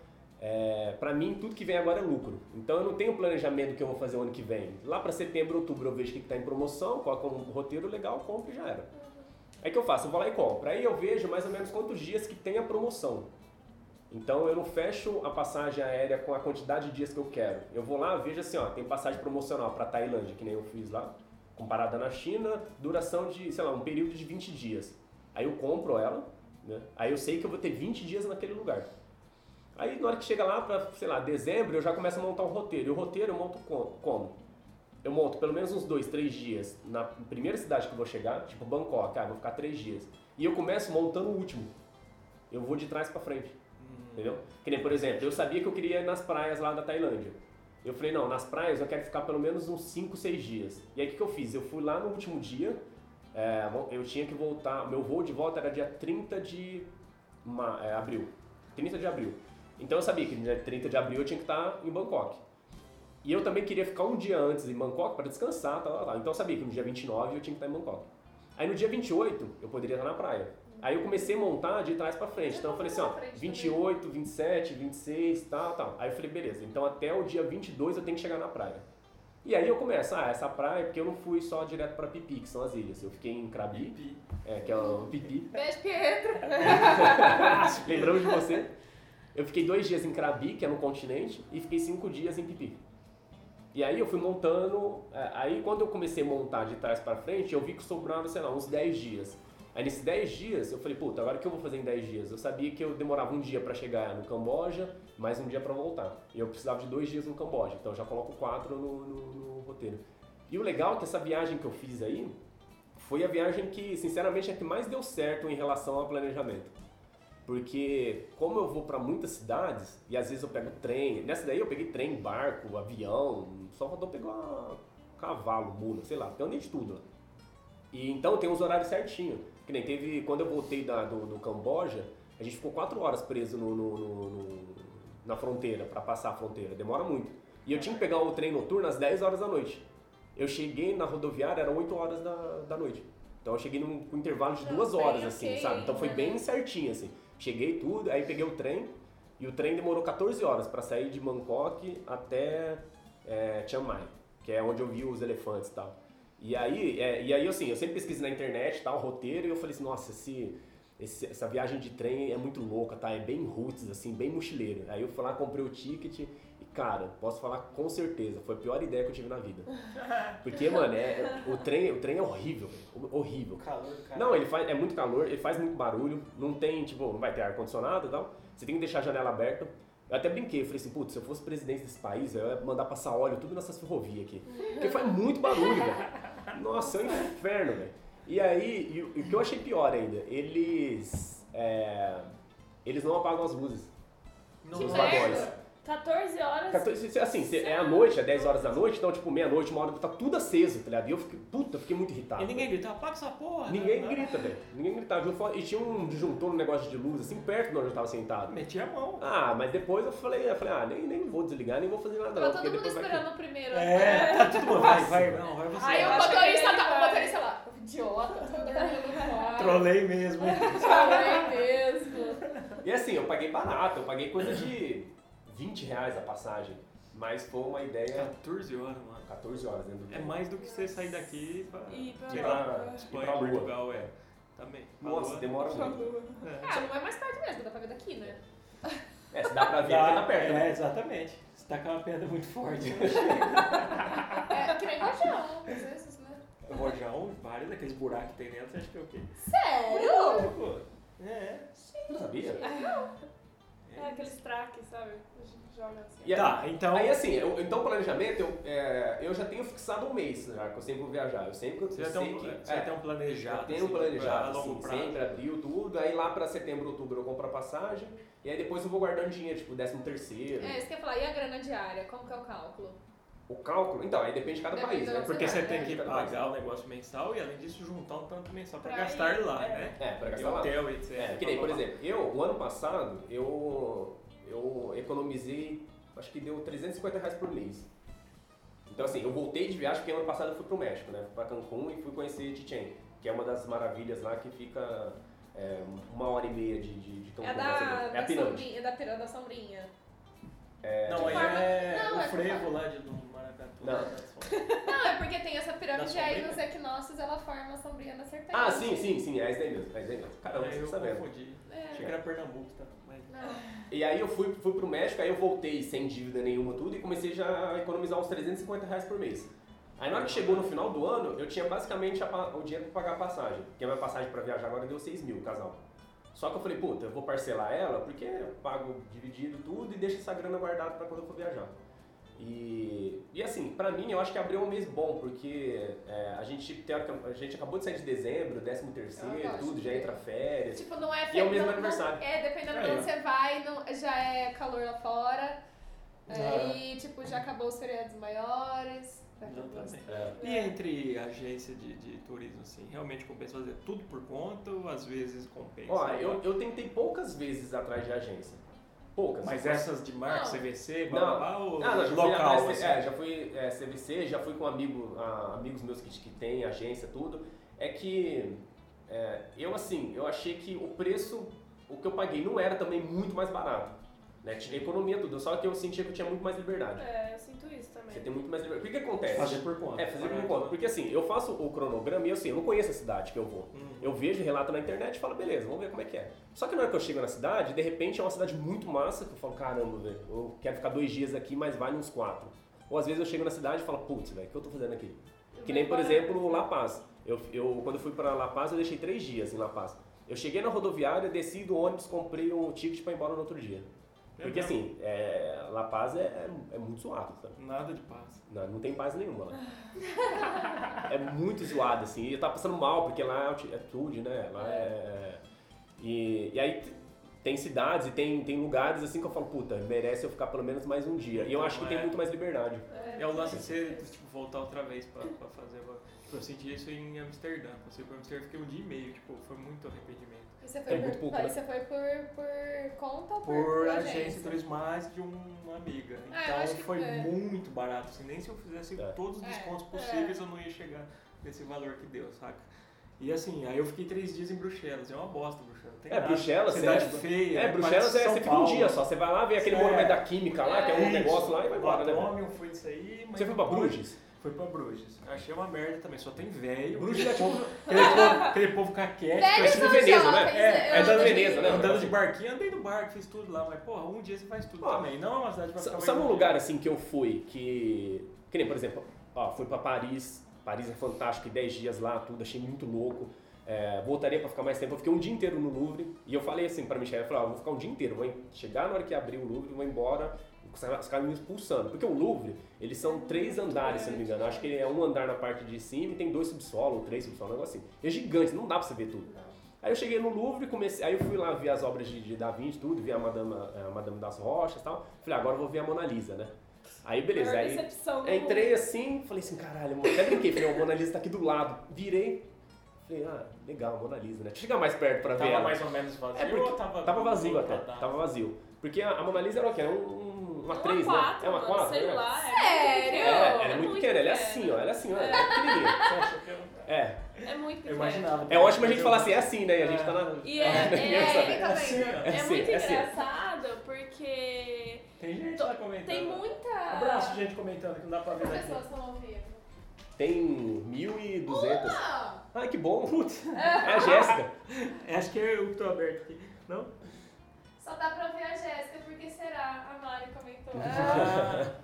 Speaker 2: é, para mim tudo que vem agora é lucro. Então, eu não tenho planejamento que eu vou fazer o ano que vem. Lá para setembro, outubro, eu vejo o que está em promoção, coloco um roteiro legal, compro e já era. Aí o É que eu faço? Eu vou lá e compro. Aí eu vejo mais ou menos quantos dias que tem a promoção. Então eu não fecho a passagem aérea com a quantidade de dias que eu quero. Eu vou lá, vejo assim, ó, tem passagem promocional para Tailândia, que nem eu fiz lá, comparada na China, duração de, sei lá, um período de 20 dias. Aí eu compro ela, né? Aí eu sei que eu vou ter 20 dias naquele lugar. Aí na hora que chega lá para, sei lá, dezembro, eu já começo a montar um roteiro. E o roteiro eu monto co- como? Eu monto pelo menos uns dois, três dias na primeira cidade que eu vou chegar, tipo Bangkok, ah, vou ficar três dias. E eu começo montando o último. Eu vou de trás para frente. Entendeu? Que nem, por exemplo, eu sabia que eu queria ir nas praias lá da Tailândia. Eu falei, não, nas praias eu quero ficar pelo menos uns 5, 6 dias. E aí o que, que eu fiz? Eu fui lá no último dia, é, bom, eu tinha que voltar, meu voo de volta era dia 30 de ma- é, abril. 30 de abril. Então eu sabia que dia 30 de abril eu tinha que estar em Bangkok. E eu também queria ficar um dia antes em Bangkok para descansar, tal, tal, tal. Então eu sabia que no dia 29 eu tinha que estar em Bangkok. Aí no dia 28 eu poderia estar na praia. Aí eu comecei a montar de trás para frente. Então eu falei assim, ó, 28, 27, 26, tal, tal. Aí eu falei, beleza, então até o dia 22 eu tenho que chegar na praia. E aí eu começo, ah, essa praia, porque eu não fui só direto para Pipi, que são as ilhas. Eu fiquei em Krabi,
Speaker 3: Pipi.
Speaker 2: é, que é o Pipi.
Speaker 1: Beijo, Pietro.
Speaker 2: Lembramos de você. Eu fiquei dois dias em Krabi, que é no continente, e fiquei cinco dias em Pipi. E aí eu fui montando. é, Aí quando eu comecei a montar de trás pra frente, eu vi que sobraram, sei lá, uns 10 dias. Aí nesses 10 dias eu falei, puta, agora o que eu vou fazer em 10 dias? Eu sabia que eu demorava um dia pra chegar no Camboja, mais um dia pra voltar. E eu precisava de dois dias no Camboja, então eu já coloco quatro no, no- no roteiro. E o legal é que essa viagem que eu fiz aí foi a viagem que, sinceramente, é a que mais deu certo em relação ao planejamento. Porque como eu vou pra muitas cidades, e às vezes eu pego trem, nessa daí eu peguei trem, barco, avião, Salvador pegou a cavalo, mula, sei lá, tem nem de tudo. né? E então tem uns horários certinho. Que nem teve, quando eu voltei da- do, do Camboja, a gente ficou quatro horas preso no, no- no- no- na fronteira, pra passar a fronteira, demora muito. E eu tinha que pegar o trem noturno às 10 horas da noite. Eu cheguei na rodoviária, era 8 horas da, da noite. Então eu cheguei num com um intervalo de
Speaker 1: Não,
Speaker 2: duas
Speaker 1: bem
Speaker 2: horas, assim,
Speaker 1: ok,
Speaker 2: sabe? Então foi
Speaker 1: né?
Speaker 2: bem certinho, assim. Cheguei tudo, aí peguei o trem, e o trem demorou 14 horas pra sair de Bangkok até é, Chiang Mai, que é onde eu vi os elefantes e tal. E aí, é, e aí assim, eu sempre pesquiso na internet, tal, roteiro, e eu falei assim, nossa, esse, esse- essa viagem de trem é muito louca, tá? É bem roots, assim, bem mochileiro. Aí eu fui lá, comprei o ticket e, cara, posso falar com certeza, foi a pior ideia que eu tive na vida. Porque, mano, é, o, trem, o trem é horrível, velho, horrível.
Speaker 3: O calor, do cara.
Speaker 2: Não, ele faz, é muito calor, ele faz muito barulho, não tem, tipo, não vai ter ar-condicionado e tal. Você tem que deixar a janela aberta. Eu até brinquei, eu falei assim, putz, se eu fosse presidente desse país, eu ia mandar passar óleo tudo nessas ferrovias aqui. Porque faz muito barulho, velho. Nossa, é um inferno, velho. E aí, e o e o que eu achei pior ainda, eles. é, eles não apagam as luzes.
Speaker 3: não,
Speaker 2: Os
Speaker 1: Certo.
Speaker 2: vagões.
Speaker 4: 14 horas.
Speaker 2: 14, assim, cê- é à noite, é 10 horas da noite, então, tipo, meia-noite, uma hora tá tudo aceso, tá ligado? E eu fiquei, puta, fiquei muito irritado.
Speaker 3: E ninguém grita, apaga essa porra.
Speaker 2: Ninguém
Speaker 3: né?
Speaker 2: grita, velho. Ninguém gritava. Eu falo- E tinha um disjuntor, um negócio de luz, assim, perto de onde eu tava sentado.
Speaker 3: Meti a mão.
Speaker 2: Ah, mas depois eu falei, eu falei, ah, nem, nem vou desligar, nem vou fazer nada não.
Speaker 1: Tava
Speaker 2: porque
Speaker 1: todo mundo
Speaker 2: depois vai que-
Speaker 1: esperando o primeiro. né?
Speaker 3: É, tá tudo bom. Vai, vai, não, vai você.
Speaker 1: Aí o
Speaker 2: é
Speaker 4: Eu acho que
Speaker 1: motorista,
Speaker 4: ele
Speaker 1: tá, o
Speaker 4: vai.
Speaker 1: motorista lá, idiota, todo mundo vai.
Speaker 3: Trolei mesmo.
Speaker 4: É
Speaker 1: Trolei mesmo.
Speaker 2: E assim, eu paguei barato, eu paguei coisa de 20 reais a passagem. Mas foi uma ideia
Speaker 3: 14 horas, É, mano.
Speaker 2: 14 horas dentro do
Speaker 3: É
Speaker 2: trem.
Speaker 3: mais do que você sair daqui pra,
Speaker 4: E pra-
Speaker 3: sei lá,
Speaker 2: pra- e
Speaker 3: Espanha,
Speaker 2: pra Lua.
Speaker 3: Portugal, é. Também. Pra
Speaker 2: Nossa,
Speaker 3: Lua.
Speaker 2: demora muito.
Speaker 3: É.
Speaker 1: Ah, não é mais perto mesmo, dá pra ver daqui, né?
Speaker 2: É, se dá pra ver, porque tá perto.
Speaker 3: É,
Speaker 2: né?
Speaker 3: exatamente. Você tá com uma pedra muito forte.
Speaker 1: É, que nem rojão, às vezes, né?
Speaker 3: o rojão, vários daqueles buracos que tem dentro, você acha que é o quê?
Speaker 1: Sério?
Speaker 3: Pô, é.
Speaker 2: Não sabia?
Speaker 3: Então-
Speaker 4: É aqueles traques, sabe? A gente joga assim.
Speaker 2: E
Speaker 3: Tá, então.
Speaker 2: Aí assim, eu- então o planejamento, eu, é, eu já tenho fixado um mês já que eu sempre vou viajar. Eu sempre
Speaker 3: Você
Speaker 2: eu
Speaker 3: já
Speaker 2: sei
Speaker 3: tem um,
Speaker 2: que.
Speaker 3: você já tem um planejado.
Speaker 2: já tenho
Speaker 3: assim,
Speaker 2: planejado,
Speaker 3: A longo
Speaker 2: assim,
Speaker 3: prazo.
Speaker 2: sempre abril, tudo. Aí lá pra setembro, outubro eu compro a passagem. E aí depois eu vou guardando dinheiro, tipo, décimo terceiro.
Speaker 1: É, isso que eu ia falar. E a grana diária? Como que é o cálculo?
Speaker 2: O cálculo. Então, aí depende de cada
Speaker 1: Depende
Speaker 2: país,
Speaker 1: da
Speaker 2: né?
Speaker 1: nossa
Speaker 3: Porque você
Speaker 1: É,
Speaker 3: tem que
Speaker 2: cada país.
Speaker 3: pagar o negócio mensal e além disso juntar um tanto mensal pra,
Speaker 4: Pra
Speaker 3: gastar
Speaker 4: ir,
Speaker 3: lá,
Speaker 4: é.
Speaker 3: né?
Speaker 2: É, pra
Speaker 3: E
Speaker 2: gastar lá.
Speaker 3: hotel, etc.
Speaker 2: É, que nem, por exemplo, eu, o ano passado, eu, eu economizei, acho que deu 350 reais por mês. Então, assim, eu voltei de viagem porque ano passado eu fui pro México, né? Fui pra Cancún e fui conhecer Chichen, que é uma das maravilhas lá que fica é, uma hora e meia de, de, de Cancún.
Speaker 1: É
Speaker 2: mais ou
Speaker 1: da,
Speaker 2: menos. é a
Speaker 1: da,
Speaker 2: pirâmide.
Speaker 1: sombrinha, da pirâmide, da sombrinha.
Speaker 3: Não, aí
Speaker 1: forma-
Speaker 3: é
Speaker 1: não,
Speaker 3: o
Speaker 1: é de
Speaker 3: frevo lá de do Maracatu.
Speaker 2: Não.
Speaker 3: né? Só-
Speaker 1: Não, é porque tem essa pirâmide
Speaker 3: Da
Speaker 1: aí
Speaker 3: sombrinha?
Speaker 1: nos equinócios, ela forma a sombrinha na serpente.
Speaker 2: Ah, sim, sim, sim, é isso daí mesmo, é isso daí mesmo. Caramba,
Speaker 3: Aí
Speaker 2: você
Speaker 3: eu
Speaker 2: tá sabendo.
Speaker 3: confundi.
Speaker 1: É.
Speaker 3: Achei que era Pernambuco, tá? Mas...
Speaker 1: Não.
Speaker 2: E aí eu fui, fui pro México, aí eu voltei sem dívida nenhuma, tudo, e comecei já a economizar uns 350 reais por mês. Aí na hora que chegou no final do ano, eu tinha basicamente a pa- o dinheiro pra pagar a passagem. Porque a minha passagem pra viajar agora deu 6 mil, casal. Só que eu falei, puta, eu vou parcelar ela, porque eu pago dividido tudo e deixo essa grana guardada pra quando eu for viajar. E, e assim, pra mim, eu acho que abril é um mês bom, porque é, a, gente, teórica- a gente acabou de sair de dezembro, 13 terceiro,
Speaker 1: Ah,
Speaker 2: tudo,
Speaker 1: lógico.
Speaker 2: já entra férias.
Speaker 1: Tipo, não é...
Speaker 2: E é o mesmo
Speaker 1: não-
Speaker 2: aniversário.
Speaker 1: É, dependendo
Speaker 3: Aí,
Speaker 1: de
Speaker 3: ó.
Speaker 1: onde você vai, não- já é calor lá fora.
Speaker 3: Ah.
Speaker 1: Aí, tipo, já acabou os feriados maiores. já acabou os-
Speaker 3: Exatamente.
Speaker 2: É.
Speaker 3: E entre agência de, de turismo, assim, realmente compensa fazer tudo por conta ou às vezes compensa?
Speaker 2: Ó, eu, eu tentei poucas vezes atrás de agência. Poucas.
Speaker 3: Mas essas de marca,
Speaker 1: Não.
Speaker 3: CVC, blá blá
Speaker 2: Não,
Speaker 3: blá, ou
Speaker 2: Ah, não, já fui
Speaker 3: local,
Speaker 2: atrás,
Speaker 3: assim?
Speaker 2: é, já fui é, CVC, já fui com amigo, ah, amigos meus que, que tem agência, tudo. É que é, eu, assim, eu achei que o preço, o que eu paguei não era também muito mais barato. Né? Tinha economia tudo, só que eu sentia que eu tinha muito mais liberdade.
Speaker 4: É, eu sinto isso também.
Speaker 2: Você tem muito mais liberdade. O que, que acontece?
Speaker 3: Fazer por conta.
Speaker 2: É, fazer por conta. Porque assim, eu faço o cronograma e assim, eu não conheço a cidade que eu vou.
Speaker 3: Hum.
Speaker 2: Eu vejo, relato na internet e falo, beleza, vamos ver como é que é. Só que na hora que eu chego na cidade, de repente é uma cidade muito massa, que eu falo, caramba, velho, eu quero ficar dois dias aqui, mas vale uns quatro. Ou às vezes eu chego na cidade e falo, putz, velho, o que eu tô fazendo aqui? Que nem, por exemplo, La Paz. Eu, eu, quando eu fui pra La Paz, eu deixei três dias em La Paz. Eu cheguei na rodoviária, desci do ônibus, comprei um ticket pra ir embora no outro dia.
Speaker 3: É
Speaker 2: Porque
Speaker 3: mesmo?
Speaker 2: assim, é, La Paz é, é- é muito zoado, sabe?
Speaker 3: Nada de paz.
Speaker 2: Não, não tem paz nenhuma lá. é muito zoado, assim. E eu tava passando mal, porque lá é alti- altitude, né? Lá é. E, e aí t- tem cidades e tem, tem lugares assim que eu falo, puta, merece eu ficar pelo menos mais um dia. E eu
Speaker 3: Então,
Speaker 2: acho que
Speaker 3: é.
Speaker 2: tem muito mais liberdade.
Speaker 3: É o lance de você tipo, voltar outra vez pra, pra fazer agora. Tipo, eu senti isso em Amsterdã. Passei por Amsterdã, fiquei um dia e meio, tipo, foi muito arrependimento.
Speaker 1: E você
Speaker 2: É
Speaker 1: foi,
Speaker 2: muito
Speaker 1: por,
Speaker 2: pouco,
Speaker 1: aí
Speaker 2: né?
Speaker 1: você foi por, por conta ou por,
Speaker 3: Por agência de
Speaker 1: agência?
Speaker 3: turismo mais de uma amiga.
Speaker 1: Ah, eu
Speaker 3: Então
Speaker 1: acho que
Speaker 3: foi
Speaker 1: é.
Speaker 3: muito barato. Assim, nem se eu fizesse
Speaker 2: É.
Speaker 3: todos os
Speaker 1: É,
Speaker 3: descontos
Speaker 1: é.
Speaker 3: possíveis, eu não ia chegar nesse valor que deu, saca? E assim, aí eu fiquei três dias em Bruxelas. É uma bosta, Bruxelas. Não Tem
Speaker 2: É,
Speaker 3: nada.
Speaker 2: Bruxelas,
Speaker 3: Cidade
Speaker 2: é-
Speaker 3: feia. né?
Speaker 2: É, Bruxelas é,
Speaker 3: São
Speaker 2: você fica um
Speaker 3: Paulo.
Speaker 2: dia só. Você vai lá, vê aquele
Speaker 3: É.
Speaker 2: monumento da química lá, que é um
Speaker 3: Isso.
Speaker 2: negócio lá e vai embora, né? velho?
Speaker 3: Batman foi isso aí, mas.
Speaker 2: Você foi pra
Speaker 3: depois-
Speaker 2: Bruges?
Speaker 3: Foi pra Bruges. Achei uma merda também, só tem velho.
Speaker 2: Bruges é
Speaker 3: aquele
Speaker 2: tipo-
Speaker 3: povo- aquele povo- Aquele povo caquete.
Speaker 1: Velho
Speaker 2: Parece
Speaker 1: É São
Speaker 2: de Veneza,
Speaker 1: Jovens,
Speaker 2: né?
Speaker 1: eu
Speaker 2: É, é da
Speaker 1: acho que-
Speaker 2: Veneza, né?
Speaker 3: Andando de barquinho, andei no barco, fiz tudo lá, mas porra, um dia você faz tudo
Speaker 2: Ah,
Speaker 3: também. Não é uma cidade pra
Speaker 2: Sa-
Speaker 3: ficar mais
Speaker 2: Sabe um
Speaker 3: longe.
Speaker 2: lugar assim que eu fui que. Que nem, por exemplo, ó, fui pra Paris. Paris é fantástico, fiquei 10 dias lá, tudo, achei muito louco. É, voltaria pra ficar mais tempo. Eu fiquei um dia inteiro no Louvre e eu falei assim pra Michelle, eu falei, ó, vou ficar um dia inteiro, vou em- chegar na hora que abrir o Louvre, vou embora, os caras os caras me expulsando. Porque o Louvre, eles são três andares, se eu não me engano. Eu acho
Speaker 3: né?
Speaker 2: que é um andar na parte de cima e tem dois subsolo, ou três subsolo, um negócio assim. É gigante, não dá pra você ver tudo. Aí eu cheguei no Louvre, comecei, aí eu fui lá ver as obras de, de Da Vinci, tudo, vi a Madame, a Madame das Rochas e tal. Falei, agora eu vou ver a Mona Lisa, né? Aí beleza,
Speaker 4: Maior
Speaker 2: aí
Speaker 4: decepção do
Speaker 2: entrei assim, falei assim, caralho, mano, até brinquei, falei, a Mona Lisa tá aqui do lado. Virei, falei, ah, legal, Mona Lisa, né? Deixa eu chegar mais perto pra ver
Speaker 3: Tava
Speaker 2: ela.
Speaker 3: mais ou menos vazio
Speaker 2: É porque
Speaker 3: ou tava...
Speaker 2: Tava vazio até,
Speaker 3: Tá, tá.
Speaker 2: tava vazio. Porque a a Mona Lisa era o quê? Era um- uma
Speaker 4: Uma
Speaker 2: 3, né?
Speaker 4: quatro,
Speaker 2: É uma
Speaker 4: mano,
Speaker 2: 4,
Speaker 4: Sei
Speaker 2: né?
Speaker 4: lá. é
Speaker 1: Sério?
Speaker 2: É, assim, ela é muito pequena, ela é assim, ó, ela é assim, ó, ela é pequenininha.
Speaker 3: Você achou que era um-
Speaker 2: É,
Speaker 4: É muito
Speaker 3: Eu
Speaker 4: pequeno.
Speaker 3: imaginava.
Speaker 2: É ótimo a gente falar assim, é assim, né? E a gente tá na.
Speaker 4: E é, é,
Speaker 1: Ele tá vendo.
Speaker 4: é
Speaker 2: assim,
Speaker 4: muito
Speaker 2: é assim.
Speaker 4: engraçado porque
Speaker 3: Tem gente lá comentando.
Speaker 4: tem muita.
Speaker 3: Abraço, gente comentando que não dá pra ver
Speaker 1: Quantas
Speaker 3: daqui.
Speaker 1: pessoas estão ouvindo?
Speaker 2: Tem 1.200.
Speaker 1: Não!
Speaker 2: Ai, Ah, que bom. É a Jéssica.
Speaker 3: É, Acho que é eu que tô aberto aqui. Não?
Speaker 1: Só dá pra ouvir a Jéssica, porque será? A Mari comentou.
Speaker 3: Uhum.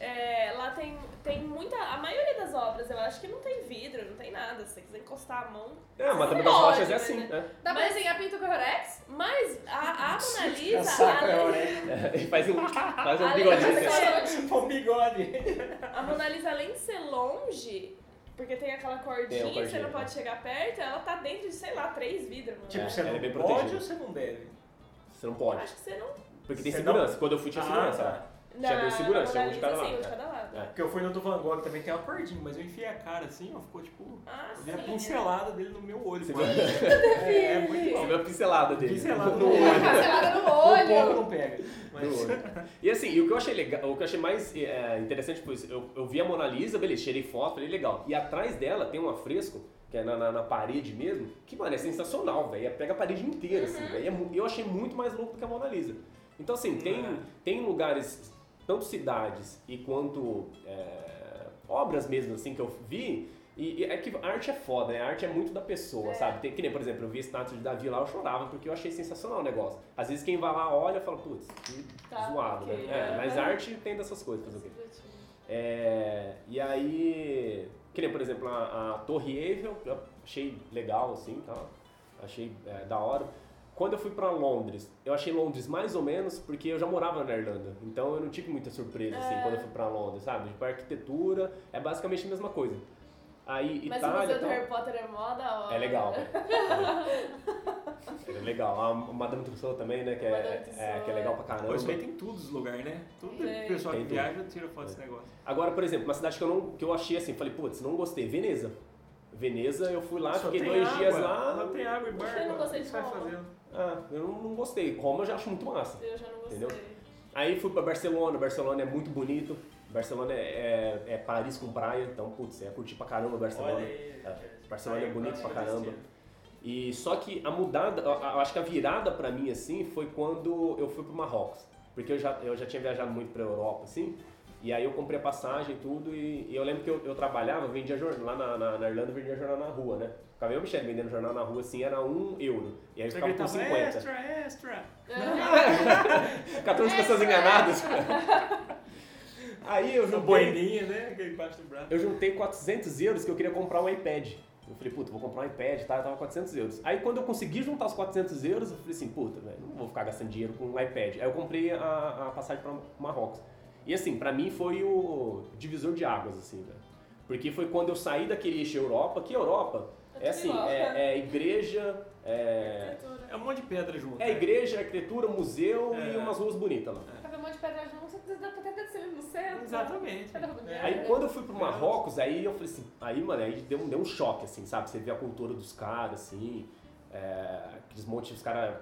Speaker 4: É, lá tem, tem muita. A maioria das obras eu acho que não tem vidro, não tem nada. Se você quiser encostar a mão.
Speaker 2: É, mas também das
Speaker 4: Pode,
Speaker 2: rochas é
Speaker 4: né?
Speaker 2: assim, né?
Speaker 1: Dá pra
Speaker 4: Mas-
Speaker 1: desenhar pinto com Rorex?
Speaker 4: Mas a, a Mona
Speaker 3: É
Speaker 4: Lisa.
Speaker 3: saco, é
Speaker 4: além-
Speaker 3: hora.
Speaker 2: E faz um, faz um
Speaker 4: Além
Speaker 2: bigodinho
Speaker 4: de
Speaker 2: assim.
Speaker 4: ser-
Speaker 3: Um bigode.
Speaker 4: A Mona Lisa, além de ser longe, porque tem aquela cordinha,
Speaker 2: Tem um uma
Speaker 4: você
Speaker 2: cordinha,
Speaker 4: não pode
Speaker 2: é.
Speaker 4: chegar perto, ela tá dentro de, sei lá, três vidros, mano.
Speaker 3: Tipo,
Speaker 2: É,
Speaker 3: você
Speaker 2: ela é bem
Speaker 3: não pode
Speaker 2: protegida.
Speaker 3: ou você não deve?
Speaker 2: Você não
Speaker 4: Eu
Speaker 2: pode.
Speaker 4: Acho que você não.
Speaker 2: Porque tem
Speaker 3: Você
Speaker 2: segurança. Quando eu fui tinha
Speaker 3: Ah,
Speaker 2: segurança. né?
Speaker 3: tá.
Speaker 2: lá. Já deu segurança, já
Speaker 4: na
Speaker 2: um de
Speaker 4: Mona
Speaker 2: cada
Speaker 4: Lisa,
Speaker 2: lado,
Speaker 4: Sim, um de
Speaker 2: é.
Speaker 4: cada lado.
Speaker 2: É.
Speaker 3: Porque eu fui no do Van Gogh também, tem uma cordinha, mas eu enfiei a cara assim, ó, ficou tipo...
Speaker 4: Ah, sim.
Speaker 2: é
Speaker 3: Vi a pincelada dele no meu olho.
Speaker 2: Você
Speaker 3: mano.
Speaker 2: viu?
Speaker 3: é, é muito
Speaker 2: Você
Speaker 3: bom.
Speaker 2: viu a pincelada dele.
Speaker 3: Pincelada
Speaker 2: No
Speaker 3: no olho.
Speaker 4: tá
Speaker 2: olho.
Speaker 1: Cancelada no
Speaker 3: O
Speaker 1: olho!
Speaker 3: povo não pega. Mas...
Speaker 2: No olho. E assim, e o que eu achei legal, o que eu achei mais é, interessante foi isso, eu, eu vi a Mona Lisa, beleza, tirei foto, falei legal. E atrás dela tem um afresco, que é na, na, na parede mesmo, que, mano, é sensacional, velho. Pega a parede inteira, assim, velho. É mu- eu achei muito mais louco do que a Mona Lisa. Então, assim, tem,
Speaker 3: Uhum.
Speaker 2: tem lugares, tanto cidades e quanto é, obras mesmo, assim, que eu vi. E, e é que a arte é foda, né? A arte é muito da pessoa, sabe? Tem, que nem, por exemplo, eu vi a estátua de Davi lá, eu chorava porque eu achei sensacional o negócio. Às vezes quem vai lá olha e fala, putz, que
Speaker 4: Tá,
Speaker 2: zoado,
Speaker 4: ok.
Speaker 2: né? É, mas a arte tem dessas coisas, fazer o quê? É, e aí, que nem, por exemplo, a, a Torre Eiffel, eu achei legal, assim, tá? achei é, da hora. Quando eu fui pra Londres, eu achei Londres mais ou menos, porque eu já morava na Irlanda, então eu não tive muita surpresa, assim, quando eu fui pra Londres, sabe? Tipo, a arquitetura é basicamente a mesma coisa. Aí,
Speaker 4: Mas o
Speaker 2: Itália...
Speaker 4: museu
Speaker 2: e
Speaker 4: do
Speaker 2: tal,
Speaker 4: Harry Potter é mó da hora.
Speaker 2: é legal, velho. É legal. A Madame Tussauds também, né? Que
Speaker 4: Madame
Speaker 2: é,
Speaker 4: Tussauds,
Speaker 2: é, que é legal pra caramba.
Speaker 3: Pô, isso aí tem em todos os lugares, né? Todo
Speaker 4: Tem.
Speaker 3: pessoal que
Speaker 2: Tem tudo. É.
Speaker 3: viaja tira foto desse negócio.
Speaker 2: Agora, por exemplo, uma cidade que eu, não, que eu achei assim, falei, putz, não gostei, Veneza. Veneza, eu fui lá,
Speaker 3: Só
Speaker 2: fiquei
Speaker 3: tem
Speaker 2: dois
Speaker 3: água,
Speaker 2: dias lá.
Speaker 3: Só tem água e barco.
Speaker 4: Eu não gostei
Speaker 3: o que
Speaker 4: de
Speaker 3: você vai
Speaker 4: Roma.
Speaker 3: fazendo?
Speaker 2: Ah, eu não, não gostei. Roma eu já acho muito massa.
Speaker 4: Eu já não gostei.
Speaker 2: Entendeu? Aí fui pra Barcelona, Barcelona é muito bonito. Barcelona é, é, é Paris com praia, então, putz, é curtir pra caramba Barcelona.
Speaker 3: Olha aí.
Speaker 2: É, Barcelona é
Speaker 3: Aí,
Speaker 2: bonito pra
Speaker 3: próximo
Speaker 2: caramba.
Speaker 3: destino.
Speaker 2: E só que a mudada, eu eu acho que a virada pra mim assim foi quando eu fui pro Marrocos, porque eu já eu já tinha viajado muito pra Europa assim. E aí eu comprei a passagem e tudo, e, e eu lembro que eu, eu trabalhava, eu vendia jornal, lá na, na, na Irlanda eu vendia jornal na rua, né? Ficava eu e o Michel vendendo jornal na rua, assim, era um euro. E aí eu
Speaker 3: Você
Speaker 2: ficava com
Speaker 3: gritava,
Speaker 2: 50.
Speaker 3: extra, extra.
Speaker 4: É.
Speaker 2: 14 pessoas enganadas. aí eu
Speaker 3: Uma
Speaker 2: juntei,
Speaker 3: boininha, né? Que é embaixo do braço.
Speaker 2: eu juntei 400 euros que eu queria comprar um iPad. Eu falei, puta, vou comprar um iPad, tá? Tava 400 euros. Aí quando eu consegui juntar os 400 euros, eu falei assim, puta, velho, não vou ficar gastando dinheiro com um iPad. Aí eu comprei a, a passagem pra Marrocos. E assim, pra mim foi o divisor de águas, assim, velho. Porque foi quando eu saí daquele eixo Europa, que Europa é
Speaker 4: tudo
Speaker 2: assim,
Speaker 4: igual, né?
Speaker 2: é, é igreja, é,
Speaker 4: Arquitetura.
Speaker 3: É um monte de pedra junto.
Speaker 2: é
Speaker 3: né?
Speaker 2: igreja, arquitetura, museu e
Speaker 3: É.
Speaker 2: umas ruas bonitas lá.
Speaker 1: Cabe um monte de pedra junto, você dá pra até descer no centro.
Speaker 3: Exatamente. É.
Speaker 1: Tá bom, né?
Speaker 2: Aí quando eu fui pro Marrocos, aí eu falei assim, aí, mano, aí deu, um- deu um choque, assim, sabe? Você vê a cultura dos caras, assim, é, aqueles montes, os caras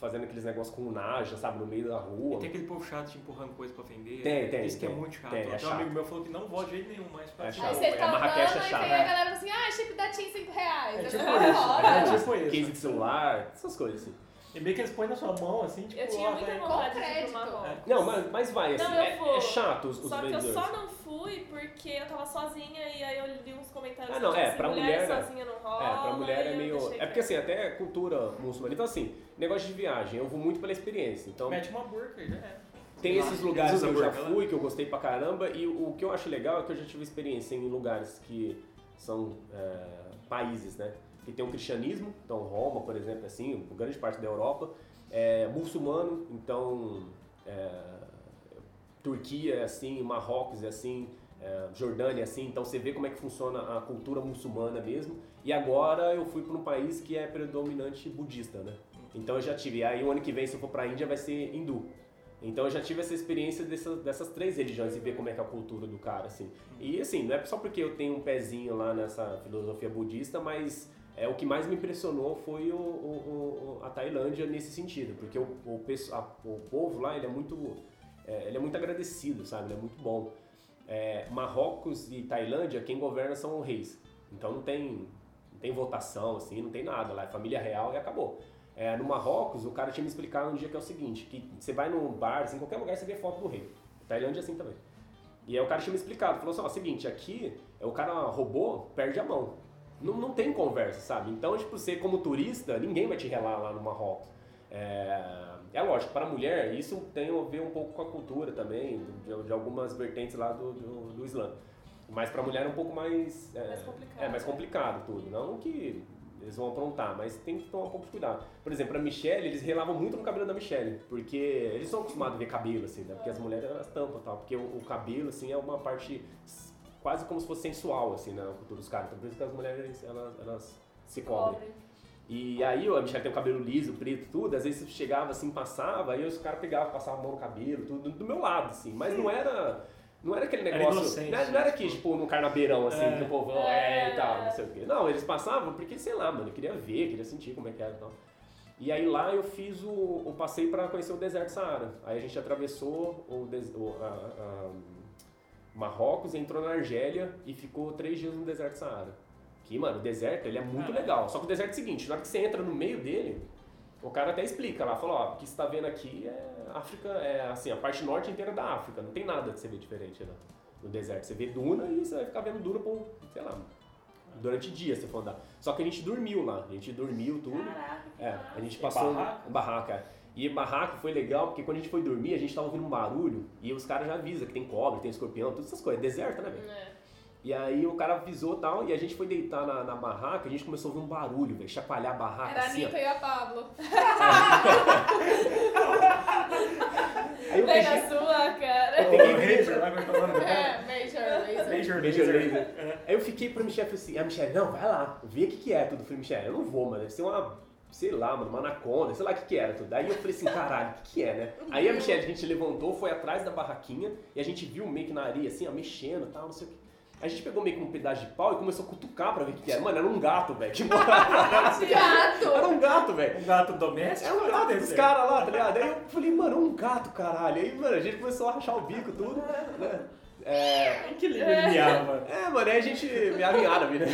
Speaker 2: fazendo aqueles negócios com naja, sabe, no meio da
Speaker 3: E
Speaker 2: rua.
Speaker 3: tem aquele povo chato te empurrando coisa pra vender.
Speaker 2: Tem, tem,
Speaker 3: Isso que é
Speaker 2: tem.
Speaker 3: muito chato.
Speaker 2: Tem, é
Speaker 3: Até um
Speaker 2: chato.
Speaker 3: amigo meu falou que não vou de jeito nenhum mais pra
Speaker 2: É
Speaker 3: cima.
Speaker 1: Aí
Speaker 2: chato.
Speaker 1: você tá
Speaker 2: É, Marrakech é
Speaker 1: andando,
Speaker 2: chato,
Speaker 1: aí vem a
Speaker 2: é.
Speaker 1: galera e fala assim, ah, chip da TIM 5 reais.
Speaker 3: É
Speaker 1: Eu
Speaker 3: tipo
Speaker 1: falo,
Speaker 4: né?"
Speaker 1: "Ora".
Speaker 3: isso. É tipo
Speaker 2: Né? Case
Speaker 3: isso.
Speaker 2: de celular, essas coisas, assim.
Speaker 3: E meio que eles põem na sua mão, assim, tipo...
Speaker 4: Eu tinha
Speaker 3: ó,
Speaker 4: muita
Speaker 3: vai- é.
Speaker 4: vontade de ir
Speaker 1: crédito.
Speaker 4: pro Marrocos.
Speaker 2: Não, mas, mas vai, assim,
Speaker 4: Não, eu
Speaker 2: é,
Speaker 4: vou.
Speaker 2: é chato os, os
Speaker 4: Só que eu
Speaker 2: vendedores.
Speaker 4: só não fui porque eu tava sozinha e aí eu li uns comentários
Speaker 2: Ah, não,
Speaker 4: que, tipo,
Speaker 2: é,
Speaker 4: assim,
Speaker 2: pra
Speaker 4: mulher,
Speaker 2: mulher, né?
Speaker 4: sozinha não rola.
Speaker 2: É, pra mulher
Speaker 4: e
Speaker 2: é
Speaker 4: eu
Speaker 2: meio...
Speaker 4: deixei
Speaker 2: É porque,
Speaker 4: quieto.
Speaker 2: assim, até cultura muçulmana. Então, assim, negócio de viagem, eu vou muito pela experiência. Então,
Speaker 3: Mete uma burca, já é.
Speaker 2: Tem esses
Speaker 3: Eles
Speaker 2: lugares que
Speaker 3: usam
Speaker 2: eu já
Speaker 3: burca lá.
Speaker 2: fui, que eu gostei pra caramba, e o que eu acho legal é que eu já tive experiência em lugares que são é, países, né? Que tem o cristianismo, então Roma, por exemplo, assim, grande parte da Europa, é muçulmano, então é, Turquia é assim, Marrocos é assim, é, Jordânia é assim, então você vê como é que funciona a cultura muçulmana mesmo. E agora eu fui para um país que é predominante budista, né? Então eu já tive. Aí o ano que vem, se eu for para a Índia, vai ser hindu. Então eu já tive essa experiência dessas, dessas três religiões e ver como é que é a cultura do cara, assim. E assim, não é só porque eu tenho um pezinho lá nessa filosofia budista, mas é, o que mais me impressionou foi o, o- o- o- a Tailândia nesse sentido, porque o, o, pesso- a- o povo lá ele é muito é, ele é muito agradecido, sabe? Ele é muito bom. É, Marrocos e Tailândia, quem governa são reis. Então não tem tem votação, assim, não tem nada lá, é família real e acabou. É, no Marrocos, o cara tinha me explicado um dia que é o seguinte, que você vai num bar, assim, em qualquer lugar você vê foto do rei. Tailândia é assim também. E aí o cara tinha me explicado, falou assim, ó, seguinte, aqui, é, o cara roubou, perde a mão. Não, não tem conversa, sabe? Então, tipo, você como turista, ninguém vai te relar lá no Marrocos. É, é lógico, para a mulher, isso tem a ver um pouco com a cultura também, de, de algumas vertentes lá do, do, do Islã. Mas para a mulher é um pouco mais... É,
Speaker 4: Mais complicado.
Speaker 2: é mais complicado tudo. Não que eles vão aprontar, mas tem que tomar um pouco de cuidado. Por exemplo, a Michelle, eles relavam muito no cabelo da Michelle, porque eles são acostumados a ver cabelo, assim, né? Porque as mulheres elas tampam e tal. Porque o, o cabelo, assim, é uma parte s- quase como se fosse sensual, assim, na cultura dos caras. Então por isso que as mulheres, elas, elas se cobrem. E aí ó, a Michelle tem o cabelo liso, preto, tudo. Às vezes eu chegava assim, passava, aí os caras pegavam, passavam a mão no cabelo, tudo, do meu lado, assim. Mas não era. Não era aquele
Speaker 3: Era
Speaker 2: negócio.
Speaker 3: inocente,
Speaker 2: não, era, não era
Speaker 3: né?
Speaker 2: que, tipo, no carnabeirão, assim,
Speaker 3: É.
Speaker 2: que o povão é.
Speaker 4: É.
Speaker 2: e tal, não sei o quê. Não, eles passavam porque, sei lá, mano, eu queria ver, queria sentir como é que era e tal. E aí lá eu fiz o, o passeio pra conhecer o deserto do Saara. Aí a gente atravessou o, des- o- a- a- Marrocos, entrou na Argélia e ficou três dias no deserto do Saara. Que, mano, o deserto ele é muito
Speaker 3: Caralho.
Speaker 2: legal. Só que o deserto é o seguinte, na hora que você entra no meio dele, o cara até explica lá, fala, ó, o que você tá vendo aqui é África, é assim, a parte norte inteira da África, não tem nada que você vê diferente né, no deserto. Você vê duna e você vai ficar vendo duna por, sei lá, durante dias se for andar. Só que a gente dormiu lá, a gente dormiu tudo.
Speaker 4: Caraca, que
Speaker 2: É,
Speaker 4: massa.
Speaker 2: a gente passou um-
Speaker 3: barraca?
Speaker 2: um barraca. é. E barraca foi legal porque quando a gente foi dormir, a gente tava ouvindo um barulho e os caras já avisam que tem cobra, tem escorpião, todas essas coisas. Deserto, né, velho?
Speaker 4: É.
Speaker 2: E aí o cara avisou e tal, e a gente foi deitar na, na barraca, a gente começou a ouvir um barulho, velho, chapalhar a barraca
Speaker 1: Era a
Speaker 2: assim, ó.
Speaker 1: Anitta e a Pablo.
Speaker 2: Aí eu
Speaker 4: Bem
Speaker 2: peguei,
Speaker 4: na sua, cara.
Speaker 2: eu
Speaker 3: O
Speaker 2: peguei-
Speaker 3: Razer lá vai né? falar
Speaker 1: É, Major Lazer.
Speaker 3: Major
Speaker 2: Major
Speaker 3: Lazer.
Speaker 2: Lazer. Aí eu fiquei pra Michelle, falei assim, a Michelle, não, vai lá, vê o que que é tudo. Eu falei, Michelle, eu não vou, mano, deve ser uma, sei lá, mano, uma anaconda, sei lá o que que era tudo. Aí eu falei assim, caralho, o que que é, né? Aí a Michelle, a gente levantou, foi atrás da barraquinha e a gente viu meio que na areia, assim, ó, mexendo e tal, não sei o que. A gente pegou meio que um pedaço de pau e começou a cutucar pra ver o que que era. Mano, era um gato, velho. Tipo, era
Speaker 1: Gato!
Speaker 2: um gato, velho.
Speaker 3: Um gato doméstico?
Speaker 2: É um gato dos
Speaker 3: Deserto.
Speaker 2: caras lá, tá ligado? Aí eu falei, mano, é um gato, caralho. Aí, mano, a gente começou a rachar o bico, tudo, né? É,
Speaker 3: Em que língua ele miava?
Speaker 2: é mano, aí a gente viava em árabe, né?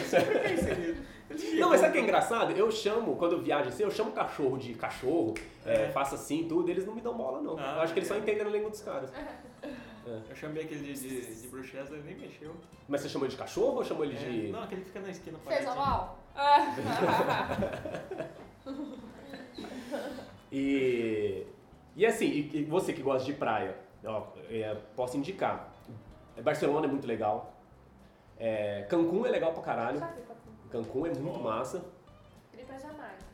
Speaker 2: Não, mas sabe o que é engraçado? Eu chamo, quando eu viajo assim, eu chamo cachorro de cachorro, é,
Speaker 3: É.
Speaker 2: faço assim, tudo, eles não me dão bola, não.
Speaker 3: Ah,
Speaker 2: eu acho que eles
Speaker 3: é.
Speaker 2: só entendem a língua dos caras.
Speaker 3: Eu chamei aquele de, de, de bruxesa, ele nem mexeu.
Speaker 2: Mas você chamou ele de cachorro ou chamou ele
Speaker 3: É,
Speaker 2: de...
Speaker 3: não, aquele que fica na esquina
Speaker 1: Fez
Speaker 3: paradinho.
Speaker 1: a mal?
Speaker 4: Ah.
Speaker 2: E, e assim, e, e você que gosta de praia, ó, é, posso indicar. Barcelona é muito legal. É, Cancún é legal pra caralho.
Speaker 4: Já fui pra tudo.
Speaker 2: Cancún é muito
Speaker 3: Ó.
Speaker 2: massa.
Speaker 4: Ele pra Jamaica.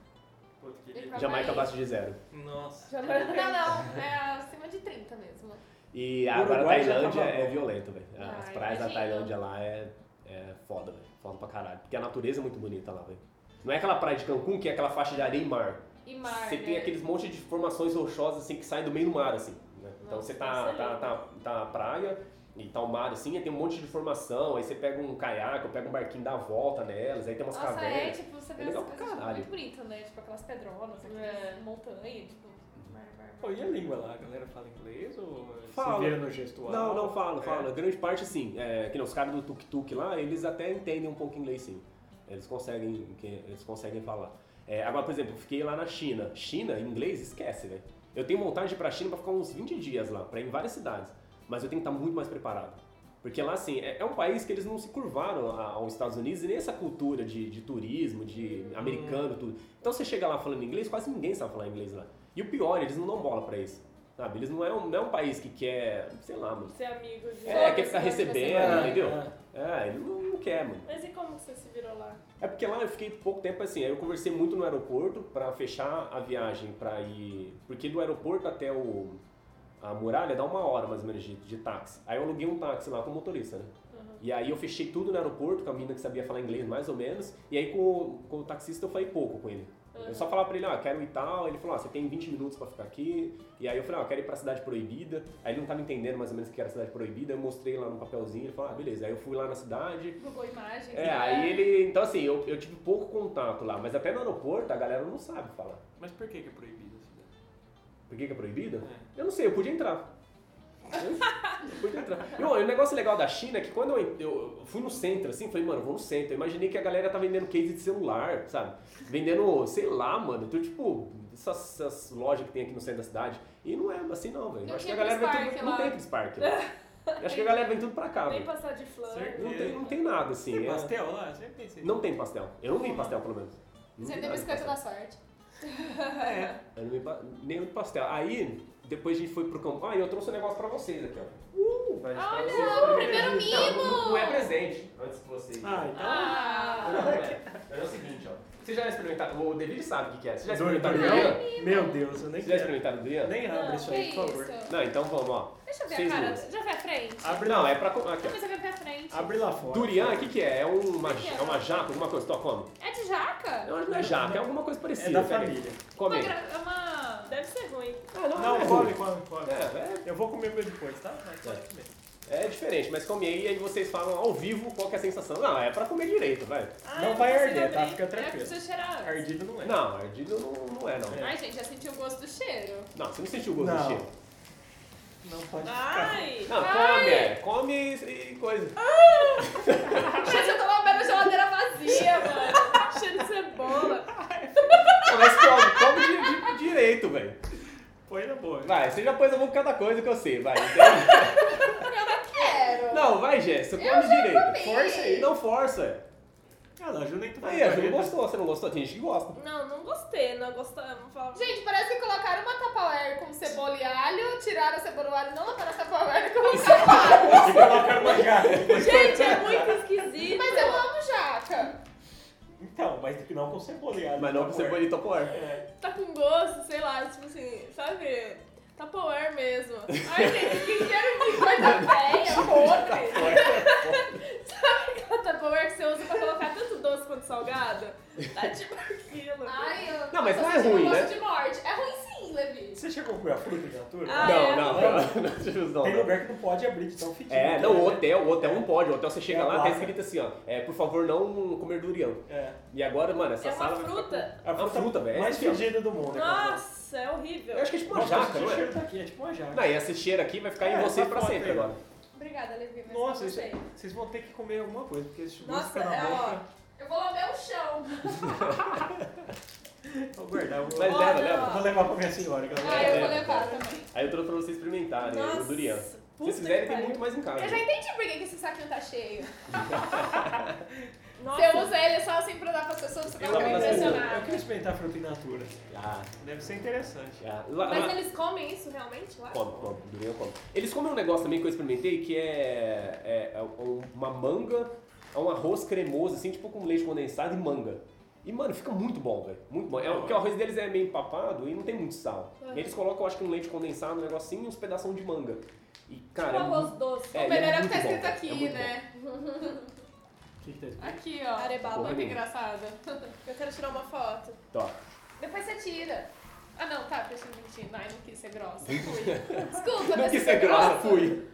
Speaker 3: Pô, que-
Speaker 1: Pra
Speaker 2: Jamaica
Speaker 1: Bahia.
Speaker 2: abaixo de zero.
Speaker 3: Nossa.
Speaker 4: Jamaica.
Speaker 1: Não, não, é acima de 30 mesmo.
Speaker 2: E
Speaker 3: O
Speaker 2: agora a
Speaker 3: Uruguai já
Speaker 2: Tailândia
Speaker 3: tava
Speaker 2: é
Speaker 3: bom.
Speaker 2: violento, velho. As
Speaker 4: Ah,
Speaker 2: praias da
Speaker 4: imagino.
Speaker 2: Tailândia lá é, é foda, velho. Foda pra caralho. Porque a natureza é muito bonita lá, velho. Não é aquela praia de Cancún que é aquela faixa de areia e mar.
Speaker 4: E mar,
Speaker 2: Você
Speaker 4: né?
Speaker 2: tem aqueles monte de formações rochosas assim que saem do meio do mar, assim. né? Então
Speaker 4: Nossa,
Speaker 2: você tá,
Speaker 4: isso é
Speaker 2: tá,
Speaker 4: lindo.
Speaker 2: tá, tá na praia e tá o mar assim, aí tem um monte de formação, aí você pega um caiaque, ou pega um barquinho, dá a volta nelas, aí tem umas
Speaker 1: Nossa, é,
Speaker 2: cavernas.
Speaker 1: tipo, você
Speaker 2: É
Speaker 1: vê
Speaker 2: legal
Speaker 1: umas
Speaker 2: pra
Speaker 1: coisas tipo,
Speaker 2: caralho.
Speaker 1: muito bonitas, né? Tipo, aquelas pedronas, aquelas
Speaker 4: É.
Speaker 1: montanhas, tipo... mar, mar, mar.
Speaker 3: Pô, e a língua lá? A galera fala inglês ou
Speaker 2: Fala.
Speaker 3: se vira no gestual?
Speaker 2: Não, não, fala,
Speaker 3: É.
Speaker 2: fala. Grande parte, assim, é, que nem os caras do Tuk Tuk lá, eles até entendem um pouco inglês, sim. Eles conseguem, que- eles conseguem falar. É, agora, por exemplo, eu fiquei lá na China. China, inglês, esquece, velho. Eu tenho vontade de ir pra China pra ficar uns 20 dias lá, pra ir em várias cidades. Mas eu tenho que estar muito mais preparado. Porque lá, assim, é, é um país que eles não se curvaram a- aos Estados Unidos e nem essa cultura de, de turismo, de americano, tudo. Então você chega lá falando inglês, quase ninguém sabe falar inglês lá. E o pior, eles não dão bola pra isso. Sabe? Eles não é um, não é um país que quer, sei lá, mano.
Speaker 4: Ser amigo de...
Speaker 2: É, quer ficar recebendo,
Speaker 3: É,
Speaker 2: entendeu?
Speaker 3: é.
Speaker 2: É, ele não, não quer, mano.
Speaker 4: Mas e como que você se virou lá?
Speaker 2: É porque lá eu fiquei pouco tempo assim, aí eu conversei muito no aeroporto pra fechar a viagem pra ir. Porque do aeroporto até o. A muralha dá uma hora mais ou menos de, de táxi. Aí eu aluguei um táxi lá com motorista, né? E aí eu fechei tudo no aeroporto com a menina que sabia falar inglês mais ou menos. E aí com, o- com o taxista eu falei pouco com ele. Eu só falava pra ele, ó, quero ir tal. Ele falou, ó, você tem 20 minutos pra ficar aqui. E aí eu falei, ó, quero ir pra Cidade Proibida. Aí ele não tava entendendo mais ou menos o que era Cidade Proibida. Eu mostrei lá no papelzinho. Ele falou, ah, beleza. Aí eu fui lá na cidade.
Speaker 1: Google Imagens.
Speaker 2: É,
Speaker 1: né?
Speaker 2: aí ele. Então assim, eu, eu tive pouco contato lá, mas até no aeroporto a galera não sabe falar.
Speaker 3: Mas por que que é proibido a cidade?
Speaker 2: Por que, que é proibido?
Speaker 3: É.
Speaker 2: Eu não sei, eu podia entrar. Eu fui entrando. E, ó, e o negócio legal da China é que quando eu, eu fui no centro, assim, falei, mano, vou no centro. Eu imaginei que a galera tá vendendo case de celular, sabe? Vendendo, sei lá, mano. Então, tipo, essas, essas lojas que tem aqui no centro da cidade. E não é assim, não, velho.
Speaker 1: Não
Speaker 2: Acho que
Speaker 1: tinha
Speaker 2: a galera vem
Speaker 1: Chris
Speaker 2: tudo.
Speaker 1: Park
Speaker 2: Não
Speaker 1: lá.
Speaker 2: tem aqueles parques. Acho que a galera vem tudo pra cá,
Speaker 4: Nem
Speaker 2: velho.
Speaker 4: passar de flã.
Speaker 3: Certo.
Speaker 2: Não tem, não tem nada, assim.
Speaker 3: Tem
Speaker 2: é-
Speaker 3: pastel lá? Ah, Sempre tem esse-
Speaker 2: Não tem pastel. Eu não vi pastel, pelo menos. Não
Speaker 1: Você
Speaker 2: vi
Speaker 1: tem
Speaker 2: nada de
Speaker 1: biscoito
Speaker 2: pastel.
Speaker 1: da sorte.
Speaker 4: Ah,
Speaker 3: É.
Speaker 2: Eu não vi pa- nenhum de pastel. Aí, depois a gente foi pro campo. Ah, eu trouxe um negócio pra vocês aqui, ó. Uh, pra gente- pra
Speaker 4: Olha,
Speaker 2: vocês,
Speaker 1: o
Speaker 2: pra
Speaker 1: primeiro
Speaker 2: vocês.
Speaker 1: mimo!
Speaker 2: Não, não é presente. Antes que vocês.
Speaker 3: Ah, então.
Speaker 1: Ah!
Speaker 2: Não, não é. Mas é o seguinte, ó. Vocês já experimentaram? O Devir sabe o que que é. Vocês já experimentaram
Speaker 3: Dorian?
Speaker 2: durian?
Speaker 3: Meu Deus, eu
Speaker 2: Vocês
Speaker 3: né? nem
Speaker 2: já
Speaker 3: quero.
Speaker 2: experimentaram durian?
Speaker 3: Nem abre isso
Speaker 1: que
Speaker 3: aí, por favor.
Speaker 1: isso?
Speaker 2: Não, então vamos, ó.
Speaker 1: Deixa eu ver
Speaker 2: Seis
Speaker 1: a cara.
Speaker 2: minutos.
Speaker 1: Deixa eu ver a frente.
Speaker 2: Abre não, é pra. co- Aqui, ó.
Speaker 1: Depois eu ver a frente.
Speaker 3: Abre lá fora.
Speaker 2: Durian, o que que é? É uma, é uma jaca, alguma coisa? Tô, come.
Speaker 1: É de jaca?
Speaker 2: Não, não é jaca, é alguma coisa
Speaker 3: É
Speaker 2: parecida.
Speaker 3: da
Speaker 2: pega aí.
Speaker 3: família.
Speaker 2: Come É,
Speaker 1: Uma
Speaker 2: aí.
Speaker 1: gra- é uma...
Speaker 4: Deve ser ruim.
Speaker 3: Não, come, come, come.
Speaker 2: Ah, É,
Speaker 3: Eu vou comer meu depois, tá? Mas pode comer.
Speaker 2: é, é diferente, mas come aí e aí vocês falam ao vivo qual que é a sensação. Não, é pra comer direito, vai.
Speaker 4: Ah,
Speaker 3: Não
Speaker 4: eu
Speaker 3: vai
Speaker 4: consigo
Speaker 3: arder, tá?
Speaker 4: abrir.
Speaker 3: Fica
Speaker 1: É,
Speaker 3: tranquilo.
Speaker 1: precisa cheirar antes.
Speaker 3: Ardido não é.
Speaker 2: Não, ardido não, não é, não.
Speaker 3: É.
Speaker 1: Ai, gente, já senti o gosto do cheiro.
Speaker 2: Não, você não sentiu o gosto do
Speaker 3: Não.
Speaker 2: cheiro.
Speaker 3: Não pode ficar.
Speaker 4: Ai!
Speaker 2: Não, come, é. Come e, e coisa.
Speaker 1: Gente, eu tô lavando a geladeira vazia.
Speaker 4: Tia, mano. Tá Cheiro de cebola.
Speaker 2: Não, Mas come, come di- di- direito, velho.
Speaker 3: Põe na boa.
Speaker 2: Vai, você já pôs a boca em cada coisa que eu sei, vai. Então-
Speaker 1: Quero.
Speaker 2: Não, vai, Jéssica,
Speaker 1: Eu
Speaker 2: come
Speaker 1: já
Speaker 2: direito.
Speaker 1: comi.
Speaker 2: Força aí, não força.
Speaker 3: Ela ajuda em tudo.
Speaker 2: Aí, a Ju gostou, você não gostou? Tem gente que gosta.
Speaker 4: Não, não gostei. Não gostei. Não falo.
Speaker 1: Gente, parece que colocaram uma tapaware com cebola e alho, tiraram a cebola e o alho, não lavaram a tapaware e colocaram
Speaker 3: E colocar uma jaca.
Speaker 4: Gente, é muito esquisito.
Speaker 1: Mas eu amo jaca.
Speaker 3: Então, mas não com ceboleado.
Speaker 2: Mas não com
Speaker 3: amor.
Speaker 2: cebolinha topoar.
Speaker 3: É.
Speaker 4: Tá com gosto, sei lá, tipo assim, sabe? Tupperware mesmo. Ai, gente, que é? cheiro de coisa feia, podre. Sabe aquela Tupperware que você usa pra colocar tanto doce quanto salgado? Tá tipo aquilo.
Speaker 1: Ai, eu...
Speaker 2: Não, mas
Speaker 1: eu
Speaker 2: não é
Speaker 1: senti um
Speaker 2: ruim,
Speaker 1: gosto
Speaker 2: né?
Speaker 1: de morte. É ruim sim, Levi.
Speaker 3: Você chegou a comer a fruta de altura?
Speaker 4: Ah,
Speaker 2: não,
Speaker 4: é?
Speaker 2: não, não, não, Jesus, não,
Speaker 3: Tem
Speaker 2: não.
Speaker 3: lugar que não pode abrir de tão fedido.
Speaker 2: É, não, o
Speaker 3: né?
Speaker 2: hotel, o hotel não pode. O hotel você chega
Speaker 3: É a
Speaker 2: lá, tá
Speaker 3: placa.
Speaker 2: escrito assim, ó. É, por favor, não comer durian.
Speaker 3: É.
Speaker 2: E agora, mano, essa
Speaker 4: É
Speaker 2: sala.
Speaker 4: uma
Speaker 2: vai
Speaker 4: fruta.
Speaker 2: Ficar... É uma fruta, velho.
Speaker 3: Mais
Speaker 2: Esse aqui, ó.
Speaker 3: fedida do mundo. né,
Speaker 4: Nossa, é horrível.
Speaker 2: Eu acho que é tipo uma
Speaker 3: Nossa,
Speaker 2: jaca,
Speaker 3: o
Speaker 2: não é?
Speaker 3: cheiro tá aqui, é tipo uma jaca.
Speaker 2: Não, e esse cheiro aqui vai ficar
Speaker 3: É,
Speaker 2: em vocês
Speaker 3: essa
Speaker 2: pra
Speaker 3: foto
Speaker 2: sempre
Speaker 3: aí.
Speaker 2: agora.
Speaker 1: Obrigada, Levi. Mas
Speaker 3: Nossa,
Speaker 1: não
Speaker 2: é-
Speaker 1: gostei.
Speaker 3: isso- vocês vão ter que comer alguma coisa, porque esse gosto
Speaker 4: Nossa,
Speaker 3: fica na
Speaker 4: é ó.
Speaker 3: boca.
Speaker 1: Eu vou lamber o chão.
Speaker 3: Vou guardar, eu vou,
Speaker 2: Mas
Speaker 4: Ó,
Speaker 2: leva,
Speaker 4: não,
Speaker 2: leva.
Speaker 4: ó.
Speaker 3: vou levar pra minha senhora. Que ela
Speaker 1: Ah,
Speaker 3: vai
Speaker 1: eu
Speaker 3: levar.
Speaker 1: vou levar também.
Speaker 2: Aí eu trouxe pra vocês experimentarem
Speaker 4: Nossa,
Speaker 2: o durian. Se
Speaker 4: puta
Speaker 2: vocês quiserem,
Speaker 4: que
Speaker 2: tem
Speaker 4: pariu.
Speaker 2: muito mais em casa.
Speaker 1: Eu já entendi por que que esse saquinho tá cheio.
Speaker 4: Nossa,
Speaker 1: Você usa ele só assim pra dar pras pessoas, você vai
Speaker 2: Eu
Speaker 1: ficar
Speaker 2: amo essa
Speaker 3: eu,
Speaker 1: impressionado.
Speaker 3: quero experimentar fruta in natura.
Speaker 2: Ah,
Speaker 3: Deve ser interessante.
Speaker 2: já. Lá,
Speaker 4: Mas
Speaker 2: lá-
Speaker 4: eles comem isso realmente lá?
Speaker 2: Come, come, durian come. Eles comem um negócio também que eu experimentei que é, é- é um- uma manga, é um arroz cremoso, assim, tipo com leite condensado e manga. E, mano, fica muito bom, velho. Muito bom. É, porque o arroz deles é meio papado e não tem muito sal. E eles colocam, eu acho que um leite condensado, um negocinho e uns pedaços de manga. E, cara,
Speaker 4: Um
Speaker 2: é
Speaker 4: arroz
Speaker 2: muito-
Speaker 4: doce.
Speaker 2: É,
Speaker 1: O
Speaker 2: ele é
Speaker 1: melhor é o que
Speaker 2: muito
Speaker 1: tá
Speaker 2: bom,
Speaker 1: escrito
Speaker 2: cara. É
Speaker 1: aqui,
Speaker 2: muito
Speaker 1: né?
Speaker 3: O que, que tá escrito?
Speaker 1: Aqui, ó.
Speaker 4: Arebaba.
Speaker 1: Muito
Speaker 2: Porra nenhuma.
Speaker 1: engraçada.
Speaker 4: Eu quero tirar uma foto.
Speaker 2: Tá.
Speaker 1: Depois você tira. Ah, não, tá, deixa eu mentir. Ai, não quis ser grossa. Fui. Desculpa,
Speaker 2: Não
Speaker 1: mas
Speaker 2: quis
Speaker 1: você
Speaker 2: ser grossa, fui.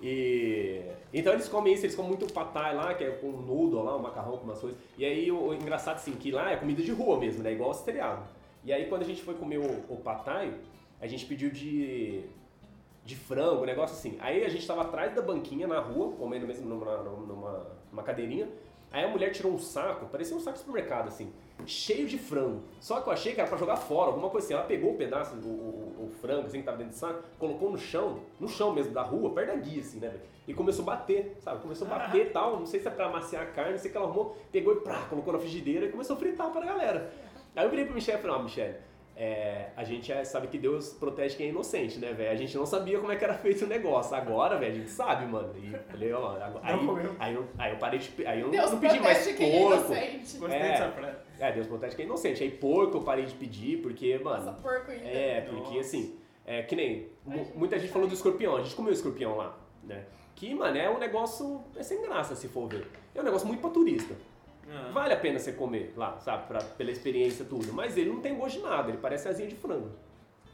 Speaker 2: E... Então eles comem isso, eles comem muito patai lá, que é com noodle lá, um macarrão com umas coisas. E aí o, o engraçado assim, que lá é comida de rua mesmo, né? Igual australiano. E aí quando a gente foi comer o, o patai, a gente pediu de, de frango, um negócio assim. Aí a gente tava atrás da banquinha na rua, comendo mesmo numa, numa, numa cadeirinha. Aí a mulher tirou um saco, parecia um saco de supermercado, assim, cheio de frango. Só que eu achei que era pra jogar fora, alguma coisa assim. Ela pegou o pedaço, o, o- o frango, assim, que tava dentro do saco, colocou no chão, no chão mesmo da rua, perto da guia, assim, né, velho? E começou a bater, sabe? Começou a bater e tal, não sei se é pra amaciar a carne, não sei o que ela arrumou, pegou e pá, colocou na frigideira e começou a fritar pra galera. Aí eu virei pro Michel e falei, ó, Michel, é, a gente é- sabe que Deus protege quem é inocente, né, velho? A gente não sabia como é que era feito o negócio. Agora, velho, a gente sabe, mano. E falei, ó, agora- aí,
Speaker 3: comeu.
Speaker 2: aí, eu, aí eu parei de. pe- Aí eu
Speaker 1: Deus
Speaker 2: não pedi mais
Speaker 1: protege quem é
Speaker 2: porco.
Speaker 1: inocente.
Speaker 3: Gostei
Speaker 2: É.
Speaker 3: dessa frase.
Speaker 2: É, Deus protege quem é inocente. Aí porco eu parei de pedir, porque,
Speaker 1: Nossa,
Speaker 2: mano.
Speaker 1: porco ainda.
Speaker 2: É, porque
Speaker 3: Nossa.
Speaker 2: assim, é que nem. mu-
Speaker 1: Ai, gente,
Speaker 2: muita gente
Speaker 1: sai.
Speaker 2: falou do escorpião, a gente comeu escorpião lá, né? Que, mano, é um negócio. É sem graça se for ver. É um negócio muito pra turista.
Speaker 3: Ah.
Speaker 2: Vale a pena você comer lá, sabe? Pra, pela experiência tudo. Mas ele não tem gosto de nada, ele parece asinha de frango.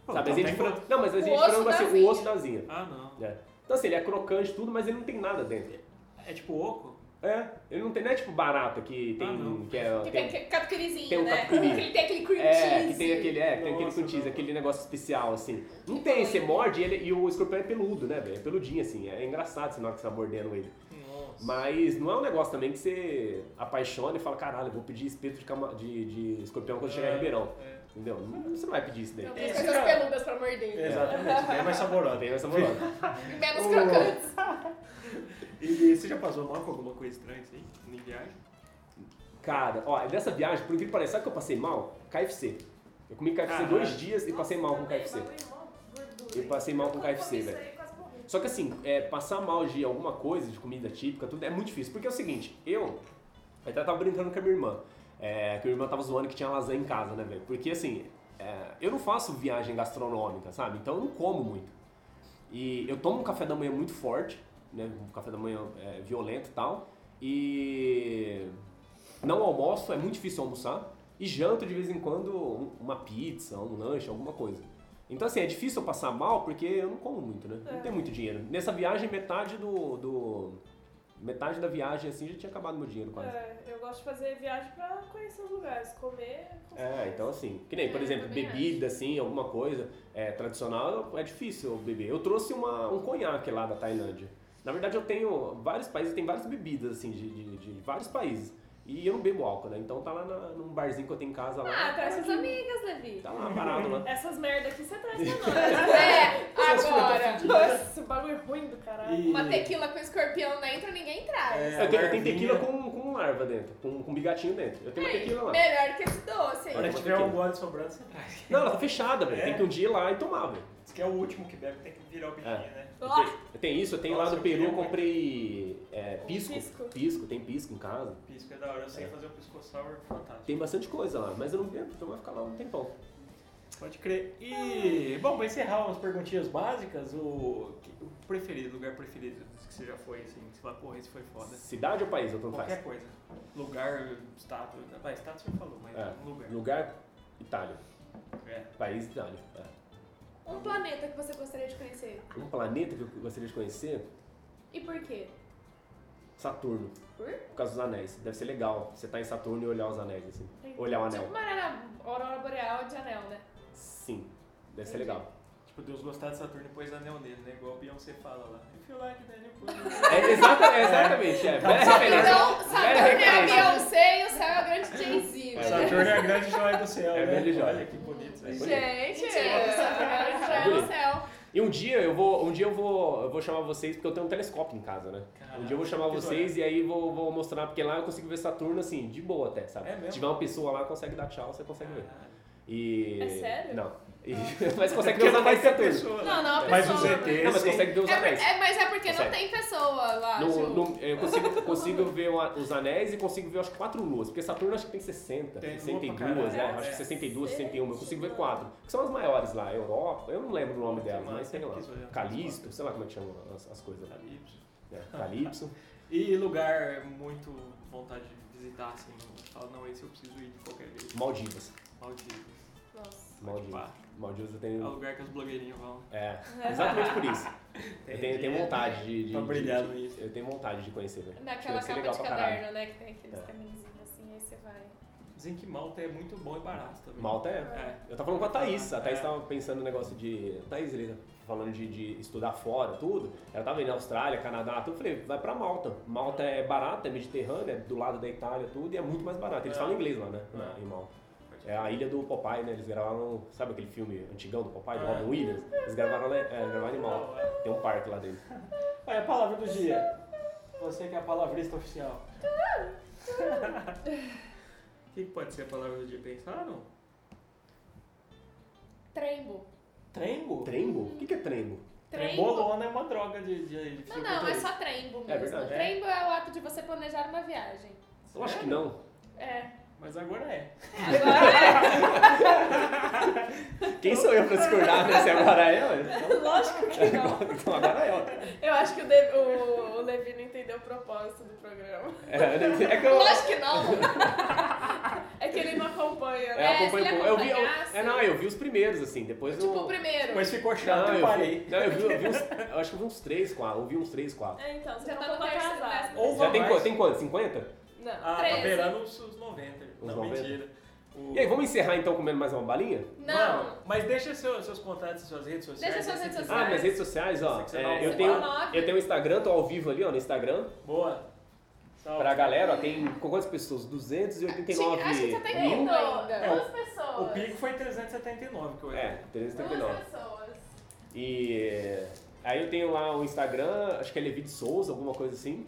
Speaker 3: Pô,
Speaker 2: sabe,
Speaker 3: então
Speaker 2: asinha de
Speaker 3: tem
Speaker 2: frango. Não, mas asinha
Speaker 1: O
Speaker 2: de
Speaker 1: osso
Speaker 2: frango vai
Speaker 1: da
Speaker 2: ser o
Speaker 1: asinha.
Speaker 2: osso da asinha.
Speaker 3: Ah, não.
Speaker 2: É. Então assim, ele é crocante e tudo, mas ele não tem nada dentro.
Speaker 3: É tipo oco?
Speaker 2: É, ele não tem, não é tipo barata que tem.
Speaker 3: Ah, não.
Speaker 2: que é,
Speaker 1: Que tem
Speaker 2: tem-
Speaker 1: aquele catupiryzinho,
Speaker 2: tem um
Speaker 1: né?
Speaker 2: catupiry.
Speaker 1: Que ele tem aquele cream
Speaker 2: é,
Speaker 1: cheese.
Speaker 2: que tem aquele, é, que tem aquele
Speaker 3: Nossa,
Speaker 2: frutis,
Speaker 3: não.
Speaker 2: aquele negócio especial, assim. Não tem, você morde ele, e o escorpião é peludo, né, velho? É peludinho, assim. É engraçado assim, na hora que você tá mordendo ele.
Speaker 3: Nossa.
Speaker 2: Mas não é um negócio também que você apaixona e fala, caralho, eu vou pedir espeto de, cama- de, de escorpião quando chegar em Ribeirão.
Speaker 3: É,
Speaker 2: Entendeu? Não- Você não vai pedir isso daí.
Speaker 1: Então,
Speaker 2: Tem
Speaker 1: tem
Speaker 3: Esse
Speaker 1: coisas
Speaker 3: cara-
Speaker 1: peludas pra morder.
Speaker 2: É.
Speaker 3: é. Exatamente, bem mais saborosa.
Speaker 2: essa bolota.
Speaker 1: E menos
Speaker 3: Oh.
Speaker 1: crocantes.
Speaker 3: E você já passou mal com alguma coisa estranha assim, em viagem?
Speaker 2: Cara, ó, dessa viagem, por incrível que pareça, sabe que eu passei mal? KFC. Eu comi KFC
Speaker 3: Caralho.
Speaker 2: dois dias e passei mal com KFC. Eu passei mal com KFC, velho.
Speaker 4: é
Speaker 2: Só que assim, é, passar mal de alguma coisa, de comida típica, tudo, é muito difícil. Porque é o seguinte, eu até tava brincando com a minha irmã. É, que a minha irmã tava zoando que tinha lasanha em casa, né, velho? Porque assim, é, eu não faço viagem gastronômica, sabe? Então eu não como muito. E eu tomo um café da manhã muito forte, né? Um café da manhã é, violento e tal. E não almoço, é muito difícil almoçar. E janto de vez em quando um- uma pizza, um lanche, alguma coisa. Então, assim, é difícil eu passar mal porque eu não como muito, né? Não
Speaker 4: É.
Speaker 2: tem muito dinheiro. Nessa viagem, metade do. do- metade da viagem, assim, já tinha acabado meu dinheiro quase. É,
Speaker 4: É, eu gosto de fazer viagem pra conhecer os lugares, comer. com
Speaker 2: então, assim, que nem, por
Speaker 1: É, eu
Speaker 2: exemplo,
Speaker 1: também
Speaker 2: bebida, assim, alguma coisa é, tradicional, é difícil eu beber. Eu trouxe uma, um conhaque lá da Tailândia. Na verdade, eu tenho vários países, tem várias bebidas, assim, de, de- de vários países. E eu não bebo álcool, né? Então tá lá na- num barzinho que eu tenho em casa lá.
Speaker 1: Ah,
Speaker 3: tá.
Speaker 1: traz suas amigas, Levi.
Speaker 2: Tá lá parado lá.
Speaker 4: Essas merda aqui você traz pra né?
Speaker 1: É, agora.
Speaker 4: nós. Nossa, o bagulho é ruim do caralho.
Speaker 3: E-
Speaker 1: Uma tequila com escorpião dentro, ninguém
Speaker 4: Ah,
Speaker 1: traz.
Speaker 2: Eu
Speaker 3: É,
Speaker 2: tenho, eu tenho
Speaker 3: larvinha.
Speaker 2: tequila com, com larva dentro, com, com bigatinho dentro. Eu tenho uma
Speaker 1: Ei,
Speaker 2: tequila lá.
Speaker 1: melhor que esse doce
Speaker 3: Na hora
Speaker 1: aí.
Speaker 3: que tiver um gole sobrando, você traz.
Speaker 2: Não, ela tá fechada, velho.
Speaker 3: É?
Speaker 2: Tem que um dia ir lá e tomar, velho.
Speaker 3: Diz que é o último que bebe, tem que virar o bichinho,
Speaker 2: É.
Speaker 3: né?
Speaker 2: Eu
Speaker 4: Ah!
Speaker 2: tenho- Eu tenho isso, eu tenho lá
Speaker 3: Nossa,
Speaker 2: do
Speaker 3: eu
Speaker 2: Peru,
Speaker 3: queria
Speaker 2: eu
Speaker 3: muito.
Speaker 2: comprei é, pisco.
Speaker 4: Pisco.
Speaker 2: Pisco, tem pisco em casa.
Speaker 3: Pisco é da hora, eu sei fazer o pisco sour fantástico.
Speaker 2: Tem bastante coisa lá, mas eu não bebo, então vai ficar lá um tempão.
Speaker 3: Pode crer. E, bom, pra encerrar umas perguntinhas básicas, o, que- o preferido, lugar preferido que você já foi, assim, que você fala, porra, esse foi foda.
Speaker 2: Cidade ou país, eu tô
Speaker 3: Qualquer
Speaker 2: faz.
Speaker 3: coisa. Lugar, estátua. Vai, estátua você falou, mas
Speaker 2: É.
Speaker 3: um lugar.
Speaker 2: Lugar, Itália.
Speaker 3: É.
Speaker 2: País, Itália. É.
Speaker 1: Um planeta que você gostaria de conhecer.
Speaker 2: Um planeta que eu gostaria de conhecer,
Speaker 1: E por quê?
Speaker 2: Saturno.
Speaker 1: Por?
Speaker 2: Por causa dos anéis. Deve ser legal você tá em Saturno e olhar os anéis, assim. Olhar o
Speaker 1: Tipo
Speaker 2: anel.
Speaker 1: uma arara- aurora boreal de anel, né?
Speaker 2: Sim, deve ser legal.
Speaker 3: Tipo, Deus gostar de Saturno e pôs anel nele, né? Igual o Beyoncé fala lá. If you like, then you put it.
Speaker 2: É, exata- é, exatamente, é. Bela referência.
Speaker 1: Então, Saturno é a
Speaker 2: referência.
Speaker 1: Beyoncé e o céu é o grande Jay-Z,
Speaker 2: É,
Speaker 1: né?
Speaker 3: Saturno é a grande joia do céu,
Speaker 2: É a
Speaker 3: né?
Speaker 2: grande joia. É
Speaker 3: Olha que bonito isso aí.
Speaker 2: bonito.
Speaker 1: Gente, o Saturno é o grande joia do céu.
Speaker 2: E um dia eu vou, um dia eu vou, eu vou chamar vocês porque eu tenho um telescópio em casa, né?
Speaker 3: Caraca,
Speaker 2: um dia eu vou chamar
Speaker 3: que
Speaker 2: vocês e aí vou, vou mostrar porque lá eu consigo ver Saturno assim, de boa até, sabe?
Speaker 3: É mesmo?
Speaker 2: Se tiver uma pessoa lá consegue dar tchau, você consegue ver.
Speaker 3: Caralho.
Speaker 2: E
Speaker 4: É sério?
Speaker 2: Não. E- mas consegue ver os anéis de Saturno.
Speaker 3: Pessoa, né?
Speaker 1: Não, não, a
Speaker 3: Mas
Speaker 1: pessoa.
Speaker 3: os ETs,
Speaker 2: Não, tá mas
Speaker 3: sim.
Speaker 2: consegue ver os
Speaker 1: É,
Speaker 2: anéis.
Speaker 1: por- é, mas é porque não
Speaker 2: Consegue.
Speaker 1: tem pessoa lá.
Speaker 2: Tá No-
Speaker 1: tipo,
Speaker 2: no- eu consigo, consigo ver uma- os anéis e consigo ver acho que quatro luas, porque Saturno acho que tem 60,
Speaker 3: Tem lua pra
Speaker 2: 62, né?
Speaker 3: caralho,
Speaker 2: Acho que
Speaker 3: é.
Speaker 2: 62, 61, eu consigo ver
Speaker 4: Gente,
Speaker 2: quatro. Que são as maiores lá, Europa, eu não lembro o nome
Speaker 3: Tem
Speaker 2: delas,
Speaker 3: mais,
Speaker 2: mas tem
Speaker 3: tem
Speaker 2: lá.
Speaker 3: que olhar.
Speaker 2: Calixto, sei lá como é que chamam as, as coisas lá.
Speaker 3: Apocalipse.
Speaker 2: É, Calypso.
Speaker 3: E lugar muito vontade de visitar, assim. Eu falo, não, esse eu preciso ir de qualquer jeito.
Speaker 2: Maldivas.
Speaker 3: Maldivas.
Speaker 4: Nossa.
Speaker 2: Maldivas.
Speaker 3: Pá.
Speaker 2: Maldivas eu
Speaker 3: É o
Speaker 2: tenho.
Speaker 3: lugar que os blogueirinhos vão.
Speaker 2: É, exatamente por isso. Eu tenho, eu tenho vontade de. de
Speaker 3: Tá brilhado
Speaker 2: de- de-
Speaker 3: nisso.
Speaker 2: Eu tenho vontade de conhecer, né? velho.
Speaker 1: Naquela
Speaker 2: Deve ser
Speaker 1: capa
Speaker 2: legal
Speaker 1: de
Speaker 2: pra caralho.
Speaker 1: caderno, né? Que tem aqueles
Speaker 2: É.
Speaker 1: caminhozinhos assim, aí você vai.
Speaker 3: Dizem que Malta é muito bom e barato também.
Speaker 2: Malta é.
Speaker 3: É.
Speaker 2: Eu tava falando com a Thaís. A Thaís
Speaker 3: É.
Speaker 2: tava pensando no negócio de. a Thaís, ele tava falando de, de estudar fora, tudo. Ela tava indo na Austrália, Canadá, tudo. Eu falei, vai pra Malta. Malta é barata, é mediterrânea, é do lado da Itália, tudo, e é muito mais barato. Eles
Speaker 3: É.
Speaker 2: falam inglês lá, né? na-
Speaker 3: É.
Speaker 2: Em Malta. É a ilha do Popeye, né? Eles gravaram, sabe aquele filme antigão do Popeye, do
Speaker 3: É.
Speaker 2: Robin Williams? Eles gravaram, lá- é, gravaram em Malta.
Speaker 3: Não, é.
Speaker 2: Tem um parque lá dentro.
Speaker 3: Vai, a palavra do dia. Você que é a palavrista oficial. O que que pode ser a palavra do dia? Pensaram?
Speaker 1: Trembo.
Speaker 3: Trembo?
Speaker 2: Trembo? O que, que é trembo?
Speaker 1: Trembo.
Speaker 3: Trembolona é uma droga de... de, de
Speaker 1: Não, não, é só trembo mesmo.
Speaker 2: verdade.
Speaker 1: Trembo é o ato de você planejar uma viagem.
Speaker 2: Eu acho que não.
Speaker 1: É.
Speaker 3: Mas agora é.
Speaker 1: Agora
Speaker 2: Quem sou eu pra discordar né? Se agora é, ué?
Speaker 4: Lógico que não.
Speaker 2: Então agora é, ó.
Speaker 4: Eu acho que o, De- o- o Levi não entendeu o propósito do programa.
Speaker 2: É, é que eu.
Speaker 1: Lógico que não.
Speaker 4: É que ele não acompanha.
Speaker 2: É,
Speaker 4: né?
Speaker 1: se
Speaker 2: acompanho
Speaker 1: ele
Speaker 2: pouco. Eu vi, eu-
Speaker 1: acompanhasse-
Speaker 2: é, não, eu vi os primeiros, assim, depois
Speaker 1: Tipo,
Speaker 2: eu...
Speaker 1: o primeiro.
Speaker 3: Mas ficou
Speaker 2: Não,
Speaker 3: chato, eu
Speaker 2: eu vi,
Speaker 3: parei.
Speaker 2: não, eu vi, eu vi uns, eu acho que eu vi uns 3, 4, eu vi uns 3, 4.
Speaker 4: É, então, você
Speaker 1: Já
Speaker 4: tá
Speaker 1: tá
Speaker 4: um
Speaker 1: no
Speaker 4: pouco
Speaker 1: terceiro,
Speaker 4: atrasado.
Speaker 1: décimo
Speaker 3: Ou
Speaker 2: Já
Speaker 3: vai
Speaker 2: tem,
Speaker 3: mais.
Speaker 2: quanto? tem quanto? 50?
Speaker 4: Não.
Speaker 3: Ah, tá
Speaker 1: Treze.
Speaker 3: beirando os, os 90. não,
Speaker 2: 90.
Speaker 3: mentira. O-
Speaker 2: E aí, vamos encerrar então comendo mais uma balinha?
Speaker 1: Não.
Speaker 3: Mano, mas deixa seu- seus contatos, suas redes sociais.
Speaker 1: Deixa suas
Speaker 3: esse
Speaker 1: redes
Speaker 3: aqui.
Speaker 1: sociais.
Speaker 2: Ah, minhas redes sociais, ó. é, eu, tenho, eu tenho o Instagram, tô ao vivo ali, ó, no Instagram.
Speaker 3: Ah, Boa. Salve.
Speaker 2: Pra galera, ó, tem quantas pessoas? 289
Speaker 1: Acho que já tá
Speaker 2: mil.
Speaker 1: indo ainda.
Speaker 3: É,
Speaker 4: Duas pessoas.
Speaker 3: O pico foi 379 que eu
Speaker 2: É,
Speaker 3: olhei.
Speaker 2: 339.
Speaker 1: Duas pessoas.
Speaker 2: E eh, aí eu tenho lá o Instagram, acho que é Levi de Souza, alguma coisa assim,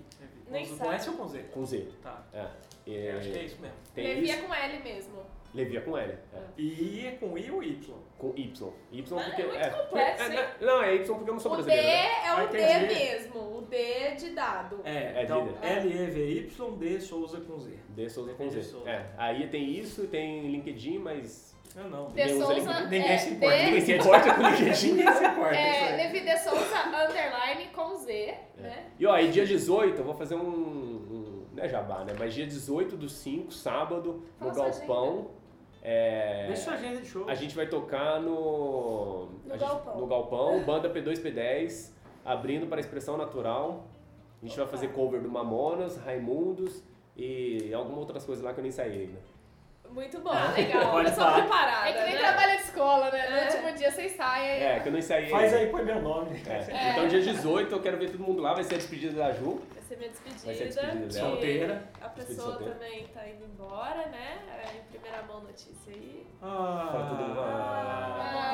Speaker 4: Nem
Speaker 3: Com
Speaker 4: sabe.
Speaker 3: S ou com Z?
Speaker 2: com Z.
Speaker 3: Tá.
Speaker 2: É. E
Speaker 3: Eu acho que é isso mesmo.
Speaker 2: tem
Speaker 1: Levi é Ah.
Speaker 2: isso.
Speaker 1: com L mesmo.
Speaker 2: Levi é com L. é.
Speaker 3: E é com I ou Y?
Speaker 2: Com Y. Y
Speaker 4: Mano,
Speaker 2: porque.
Speaker 4: é muito
Speaker 2: é,
Speaker 4: complexo,
Speaker 2: é,
Speaker 4: hein?
Speaker 2: na- não, é Y porque eu não sou
Speaker 1: O D
Speaker 2: brasileiro. né?
Speaker 1: é
Speaker 4: Ah,
Speaker 3: Vai
Speaker 1: o
Speaker 3: ter
Speaker 1: D
Speaker 3: D.
Speaker 1: mesmo. O D de dado.
Speaker 3: É,
Speaker 2: É
Speaker 3: então
Speaker 2: vida.
Speaker 3: L-E-V-Y-D Souza com Z.
Speaker 2: D Souza com Z.
Speaker 3: De Souza.
Speaker 2: É. Aí tem isso, tem LinkedIn, mas.
Speaker 3: Não, não.
Speaker 1: De
Speaker 2: Ninguém usa
Speaker 1: Souza.
Speaker 2: LinkedIn.
Speaker 3: Ninguém
Speaker 1: é,
Speaker 3: se importa,
Speaker 1: D-
Speaker 2: Ninguém se importa com LinkedIn.
Speaker 3: Ninguém se
Speaker 4: Ah,
Speaker 3: importa.
Speaker 1: É,
Speaker 3: isso aí.
Speaker 1: Levi de Souza underline com Z,
Speaker 4: É.
Speaker 1: né?
Speaker 2: E ó, e dia 18, eu vou fazer um. um não é jabá, né? Mas dia 18 do 5, sábado, no
Speaker 1: Fala sua
Speaker 2: Galpão. É,
Speaker 3: Deixa sua agenda de show.
Speaker 2: A gente vai tocar no.
Speaker 4: No
Speaker 2: a gente-
Speaker 4: Galpão.
Speaker 2: no Galpão, banda P2P10, abrindo para a expressão natural. A gente vai fazer cover do Mamonas, Raimundos e algumas outras coisas lá que eu nem saí ainda.
Speaker 4: Muito bom.
Speaker 1: Ah, legal.
Speaker 4: Eu
Speaker 3: Pode
Speaker 4: sou
Speaker 3: falar.
Speaker 4: preparada.
Speaker 1: É que nem
Speaker 4: né?
Speaker 1: trabalho de escola, né? No
Speaker 4: É.
Speaker 1: último dia vocês saem aí.
Speaker 2: É, que eu nem saí
Speaker 3: Faz
Speaker 2: ainda.
Speaker 3: aí, põe meu nome.
Speaker 2: É. Então dia 18 eu quero ver todo mundo lá, vai ser a despedida da Ju.
Speaker 4: Vai ser minha despedida.
Speaker 2: Vai ser a despedida dela.
Speaker 3: Solteira.
Speaker 4: A
Speaker 2: Despedida
Speaker 4: pessoa
Speaker 2: solteira.
Speaker 4: também tá indo embora, né? É, em primeira mão notícia aí.
Speaker 3: Ah,
Speaker 2: Tá tudo-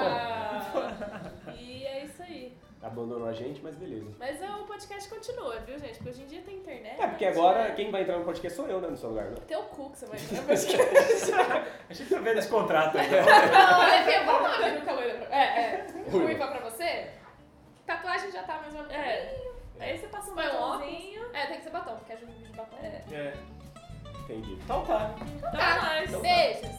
Speaker 1: Ah.
Speaker 4: Ah, e é isso aí.
Speaker 2: Abandonou a gente, mas beleza.
Speaker 4: Mas é, o podcast continua, viu, gente? Porque hoje em dia tem internet.
Speaker 2: É, porque
Speaker 4: né?
Speaker 2: agora quem vai entrar no podcast sou eu, né, no seu lugar, né?
Speaker 4: Teu cu que você vai entrar.
Speaker 3: A gente tá vendo esse contrato aí.
Speaker 1: Não, Levi, vamos abrir o calor. É, é. Ruiva pra você? Tatuagem já tá mais ou menos.
Speaker 4: É. Aí você passa um
Speaker 1: Põe um
Speaker 4: batonzinho.
Speaker 1: É, tem que ser batom, porque a gente vive de batom.
Speaker 4: É.
Speaker 3: É.
Speaker 2: Entendi.
Speaker 3: Então tá.
Speaker 4: Tá,
Speaker 1: Tá.
Speaker 4: mais.
Speaker 1: Beijos.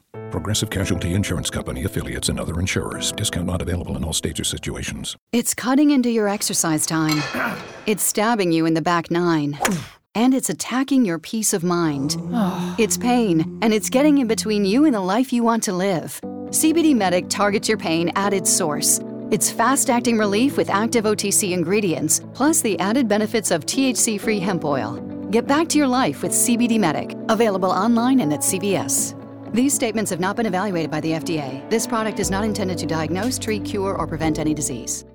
Speaker 5: Progressive Casualty Insurance Company, affiliates, and other insurers. Discount not available in all states or situations.
Speaker 6: It's cutting into your exercise time. It's stabbing you in the back nine. And it's attacking your peace of mind. It's pain, and it's getting in between you and the life you want to live. CBD Medic targets your pain at its source. It's fast acting relief with active OTC ingredients, plus the added benefits of THC free hemp oil. Get back to your life with CBD Medic, available online and at CVS. These statements have not been evaluated by the FDA. This product is not intended to diagnose, treat, cure, or prevent any disease.